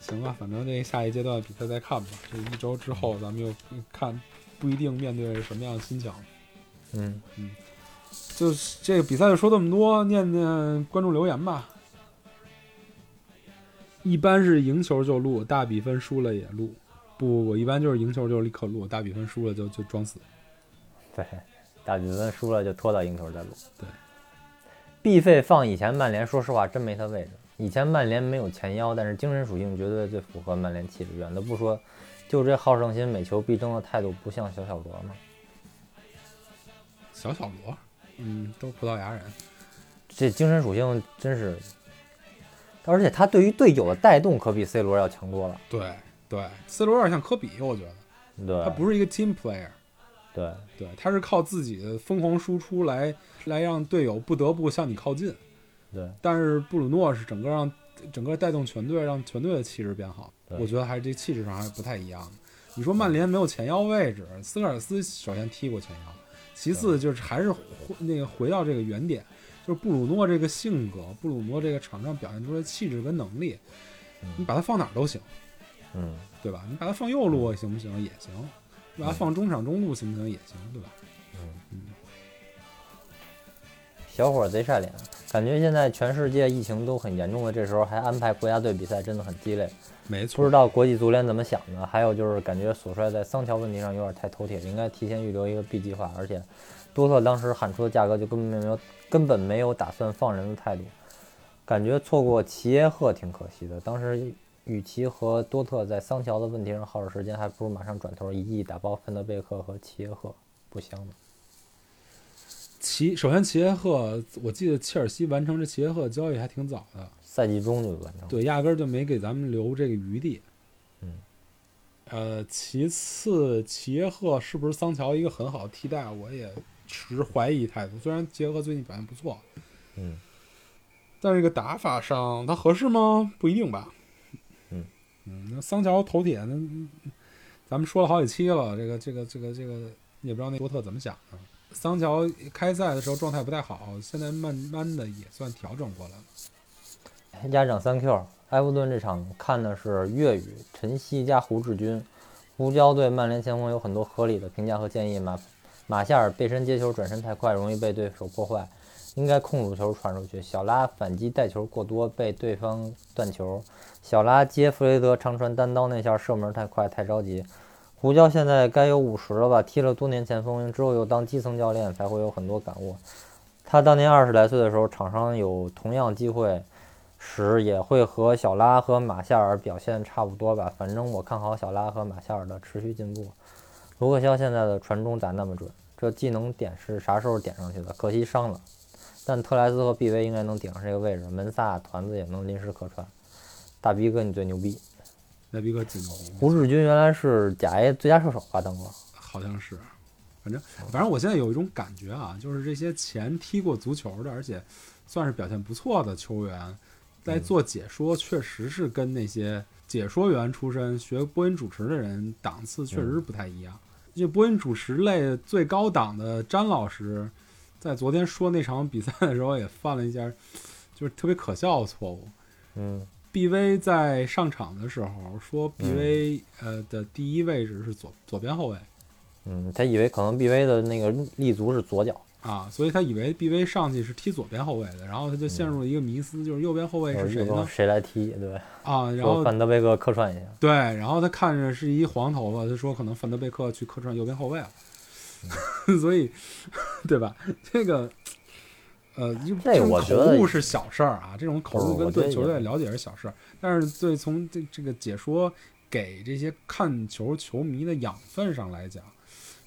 Speaker 2: 行吧，反正这下一阶段比赛再看吧。这一周之后，咱们又看不一定面对什么样的心情。
Speaker 3: 嗯，
Speaker 2: 就是这个比赛就说这么多，念念观众留言吧。一般是赢球就录，大比分输了也录。不不不，一般就是赢球就立刻录，大比分输了就就装死。
Speaker 3: 对，大比分输了就拖到赢球再录。
Speaker 2: 对，
Speaker 3: 必费放以前曼联，说实话真没他位置。以前曼联没有前腰，但是精神属性绝对最符合曼联气质。远的不说，就这好胜心、每球必争的态度，不像小小罗吗？
Speaker 2: 小小罗，嗯，都是葡萄牙人，
Speaker 3: 这精神属性真是，而且他对于队友的带动可比 C 罗要强多了。
Speaker 2: 对对，C 罗有点像科比，我觉得
Speaker 3: 对，
Speaker 2: 他不是一个 team player，
Speaker 3: 对，
Speaker 2: 对，他是靠自己的疯狂输出来来让队友不得不向你靠近。
Speaker 3: 对，
Speaker 2: 但是布鲁诺是整个让整个带动全队，让全队的气质变好。
Speaker 3: 对
Speaker 2: 我觉得还是这气质上还是不太一样的。你说曼联没有前腰位置，斯科尔斯首先踢过前腰，其次就是还是回那个回到这个原点，就是布鲁诺这个性格，布鲁诺这个场上表现出的气质跟能力，
Speaker 3: 嗯
Speaker 2: 你把他放哪儿都行，
Speaker 3: 嗯，
Speaker 2: 对吧？你把他放右路行不行？也行。你把他放中场中路行不行？也行，对吧？
Speaker 3: 小伙儿贼晒脸，感觉现在全世界疫情都很严重的，这时候还安排国家队比赛，真的很鸡肋。
Speaker 2: 没
Speaker 3: 不
Speaker 2: 错
Speaker 3: 知，道国际足联怎么想的。还有就是感觉索帅在桑乔问题上有点太头铁，应该提前预留一个 B 计划。而且，多特当时喊出的价格就根本没有根本没有打算放人的态度，感觉错过齐耶赫挺可惜的。当时与其和多特在桑乔的问题上耗着时间，还不如马上转头一记打爆范德贝克和齐耶赫，不香吗？
Speaker 2: 齐首先齐耶赫，我记得切尔西完成这齐耶赫的交易还挺早的，
Speaker 3: 赛季中就完成。
Speaker 2: 对，压根儿就没给咱们留这个余地。
Speaker 3: 嗯，
Speaker 2: 呃，其次，齐耶赫是不是桑乔一个很好的替代，我也持怀疑态度。虽然齐耶赫最近表现不错，
Speaker 3: 嗯，
Speaker 2: 但是这个打法上他合适吗？不一定吧。
Speaker 3: 嗯
Speaker 2: 嗯，那桑乔头铁，那咱们说了好几期了，这个这个这个这个也不知道那多特怎么想的。桑乔开赛的时候状态不太好，现在慢慢的也算调整过来了。
Speaker 3: 家长三 Q，埃弗顿这场看的是粤语晨曦加胡志军。胡椒对曼联前锋有很多合理的评价和建议。马马夏尔背身接球转身太快，容易被对手破坏，应该控住球传出去。小拉反击带球过多，被对方断球。小拉接弗雷德长传单刀那下射门太快，太着急。胡椒现在该有五十了吧？踢了多年前锋，之后又当基层教练，才会有很多感悟。他当年二十来岁的时候，场上有同样机会，时也会和小拉和马夏尔表现差不多吧。反正我看好小拉和马夏尔的持续进步。卢克肖现在的传中打那么准，这技能点是啥时候点上去的？可惜伤了。但特莱斯和毕威应该能顶上这个位置，门萨、团子也能临时客串。大逼哥，你最牛逼！
Speaker 2: 那逼哥紧张吗
Speaker 3: 胡志军原来是甲 A 最佳射手吧？当过，
Speaker 2: 好像是，反正反正我现在有一种感觉啊，就是这些前踢过足球的，而且算是表现不错的球员，在做解说，确实是跟那些解说员出身、学播音主持的人档次确实是不太一样。这播音主持类最高档的詹老师，在昨天说那场比赛的时候也犯了一下，就是特别可笑的错误。
Speaker 3: 嗯
Speaker 2: B V 在上场的时候说，B
Speaker 3: 嗯
Speaker 2: V 呃的第一位置是左左边后卫，
Speaker 3: 嗯，他以为可能毕威的那个立足是左脚，
Speaker 2: 啊，所以他以为 B V 上去是踢左边后卫的，然后他就陷入了一个迷思，嗯哦就是右边后卫是谁
Speaker 3: 然后
Speaker 2: 呢？
Speaker 3: 谁来踢？对，
Speaker 2: 啊，然
Speaker 3: 说
Speaker 2: 后
Speaker 3: 范德贝克客串一下。
Speaker 2: 对，然后他看着是一黄头发，他说可能范德贝克去客串右边后卫了，啊
Speaker 3: 嗯
Speaker 2: 所以对吧？这个呃，就种
Speaker 3: 这哎我觉
Speaker 2: 口
Speaker 3: 得
Speaker 2: 误是小事儿啊，这种口
Speaker 3: 不是
Speaker 2: 误跟
Speaker 3: 我觉
Speaker 2: 对
Speaker 3: 得
Speaker 2: 球
Speaker 3: 也
Speaker 2: 队的了解是小事儿，但是对从这这个解说给这些看球球迷的养分上来讲，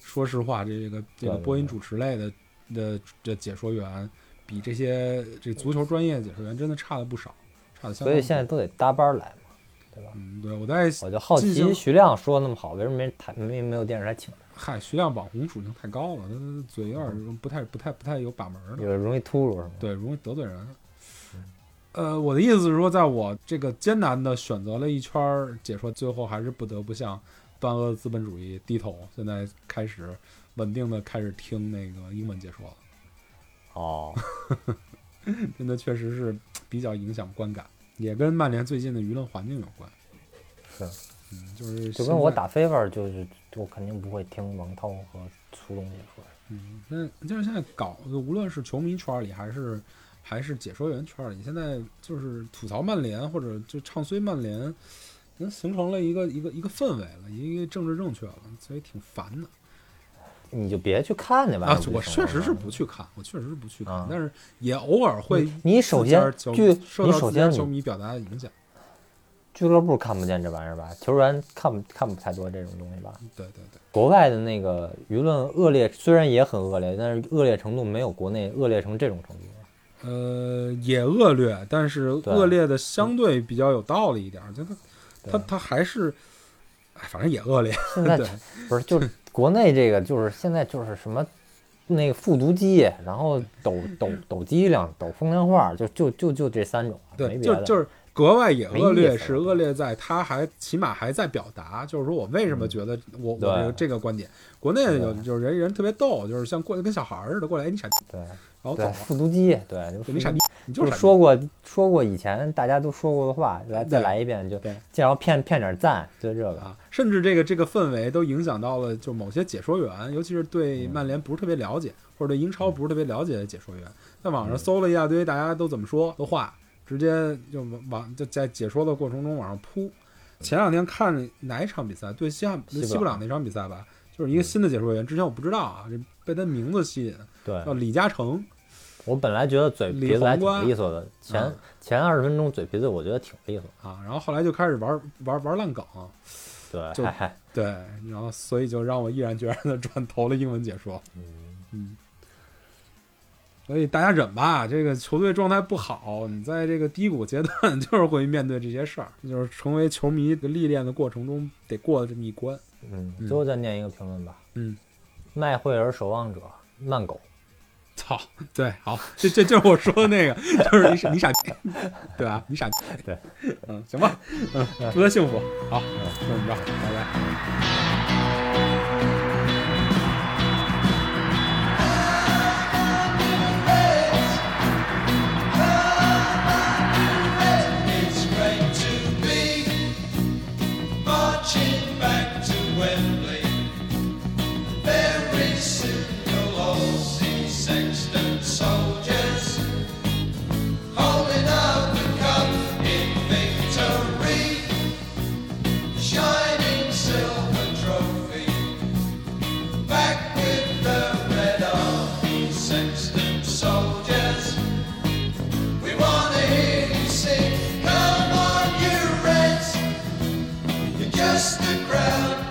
Speaker 2: 说实话，这个这个
Speaker 3: 对对
Speaker 2: 播音
Speaker 3: 对
Speaker 2: 主持类的的的解说员，比这些这足球专业解说员真的差的不少，差的相
Speaker 3: 所
Speaker 2: 当
Speaker 3: 以
Speaker 2: 不少。
Speaker 3: 现在都得搭班儿来嘛，对吧？
Speaker 2: 嗯，对，我在
Speaker 3: 我就好
Speaker 2: 进行
Speaker 3: 奇徐亮说那么好，为什么没台没没有电视台请他？
Speaker 2: 嗨，徐亮网红属性太高了，他他嘴有点不太不太不太有把门儿的，
Speaker 3: 有嗯容易突兀是吗？
Speaker 2: 对，容易得罪人。啊呃，我的意思是说，在我这个艰难的选择了一圈儿解说，最后还是不得不向断恶资本主义低头。现在开始稳定的开始听那个英文解说了，
Speaker 3: 哦，
Speaker 2: 真的确实是比较影响观感，也跟曼联最近的舆论环境有关。
Speaker 3: 是，
Speaker 2: 嗯，就是
Speaker 3: 就
Speaker 2: 现
Speaker 3: 跟我
Speaker 2: 在
Speaker 3: 打 favor 就是我肯定不会听王涛和苏东解说。
Speaker 2: 嗯，那就是现在搞，无论是球迷圈儿里还是还是解说员圈儿里，现在就是吐槽曼联或者就唱衰曼联，已经形成了一个一个一个氛围了，一个政治正确了，所以挺烦的
Speaker 3: 你就别去看那玩意
Speaker 2: 啊
Speaker 3: 儿。！
Speaker 2: 我
Speaker 3: 就行
Speaker 2: 确
Speaker 3: 了
Speaker 2: 实是不。去看，我确实是不去看，
Speaker 3: 啊
Speaker 2: 但是也偶尔会
Speaker 3: 你你首
Speaker 2: 自家
Speaker 3: 先
Speaker 2: 球
Speaker 3: 据
Speaker 2: 受
Speaker 3: 你
Speaker 2: 到
Speaker 3: 首
Speaker 2: 自家
Speaker 3: 先
Speaker 2: 球
Speaker 3: 你
Speaker 2: 迷表达的影响，
Speaker 3: 俱乐部看不见这玩意儿吧？球员看不看不太多这种东西吧？
Speaker 2: 对对对，
Speaker 3: 国外的那个舆论恶劣，虽然也很恶劣，但是恶劣程度没有国内恶劣成这种程度。
Speaker 2: 呃，也恶劣，但是
Speaker 3: 对
Speaker 2: 恶劣的相对比较有道理一点儿，就他他他还是，哎，反正也恶劣，
Speaker 3: 现 在
Speaker 2: 对
Speaker 3: 不是，就是国内这个就是现在就是什么那个复读机，然后抖抖抖机灵、抖风凉话，就就就就这三种，没
Speaker 2: 对，
Speaker 3: 别
Speaker 2: 就
Speaker 3: 的。
Speaker 2: 就是格外也
Speaker 3: 没
Speaker 2: 恶
Speaker 3: 意
Speaker 2: 劣，
Speaker 3: 思
Speaker 2: 是
Speaker 3: 了
Speaker 2: 恶劣在他还起码还在表达，就是说我为什么觉得我、我
Speaker 3: 嗯对
Speaker 2: 这个这个观点，国内有就是人人特别逗，就是像过来跟小孩儿似的过来，哎你傻逼，
Speaker 3: 对
Speaker 2: 然后走
Speaker 3: 对，
Speaker 2: 了，
Speaker 3: 复读机，对，就
Speaker 2: 对你
Speaker 3: 复
Speaker 2: 傻
Speaker 3: 读
Speaker 2: 逼
Speaker 3: 机，
Speaker 2: 你就
Speaker 3: 就是
Speaker 2: 傻逼
Speaker 3: 说过说过以前大家都说过的话，来再
Speaker 2: 对
Speaker 3: 来一遍，就
Speaker 2: 对
Speaker 3: 然后骗骗点赞，就这个。
Speaker 2: 啊，甚至这个这个氛围都影响到了，就某些解说员，尤其是对曼联不是特别了解，或者对英超不是特别了解的解说员，在网上搜了一大堆大家都怎么说的话，直接就往就在解说的过程中往上扑。前两天看哪一场比赛？对西汉
Speaker 3: 西布朗
Speaker 2: 西布朗那场比赛吧，就是一个新的解说员，之前我不知道啊，这被他名字吸引，
Speaker 3: 对
Speaker 2: 叫李嘉诚。
Speaker 3: 我本来觉得嘴
Speaker 2: 嗯李
Speaker 3: 皮子还
Speaker 2: 宏
Speaker 3: 挺
Speaker 2: 观
Speaker 3: 利索的，前、
Speaker 2: 嗯
Speaker 3: 前二十分钟嘴皮子我觉得挺利索
Speaker 2: 啊，然后后来就开始玩玩玩烂梗，
Speaker 3: 的，
Speaker 2: 就
Speaker 3: 对，嗨嗨，
Speaker 2: 对，然后所以就让我毅然决然的转投了英文解说。
Speaker 3: 嗯，
Speaker 2: 嗯，所以大家忍吧，这个球队状态不好，你在这个低谷阶段 就是会面对这些事儿，就是成为球迷的历练的过程中得过这么一关。
Speaker 3: 嗯，
Speaker 2: 嗯
Speaker 3: 最后再念一个评论吧。
Speaker 2: 嗯，
Speaker 3: 麦惠尔守望者烂狗，
Speaker 2: 操，对，好，这这就是我说的那个，就是你傻你傻逼， 对吧？你傻逼，
Speaker 3: 对，
Speaker 2: 嗯，行吧，嗯，祝他幸福，好，嗯就这么着，拜拜。
Speaker 1: It's great to be marching back to Wembley. Very soon you'll all see Sexton soldiers holding up the cup in victory, shining silver trophy. Back with the red army, Sexton soldiers. We wanna hear you sing. Come on, you Reds. You're just the crowd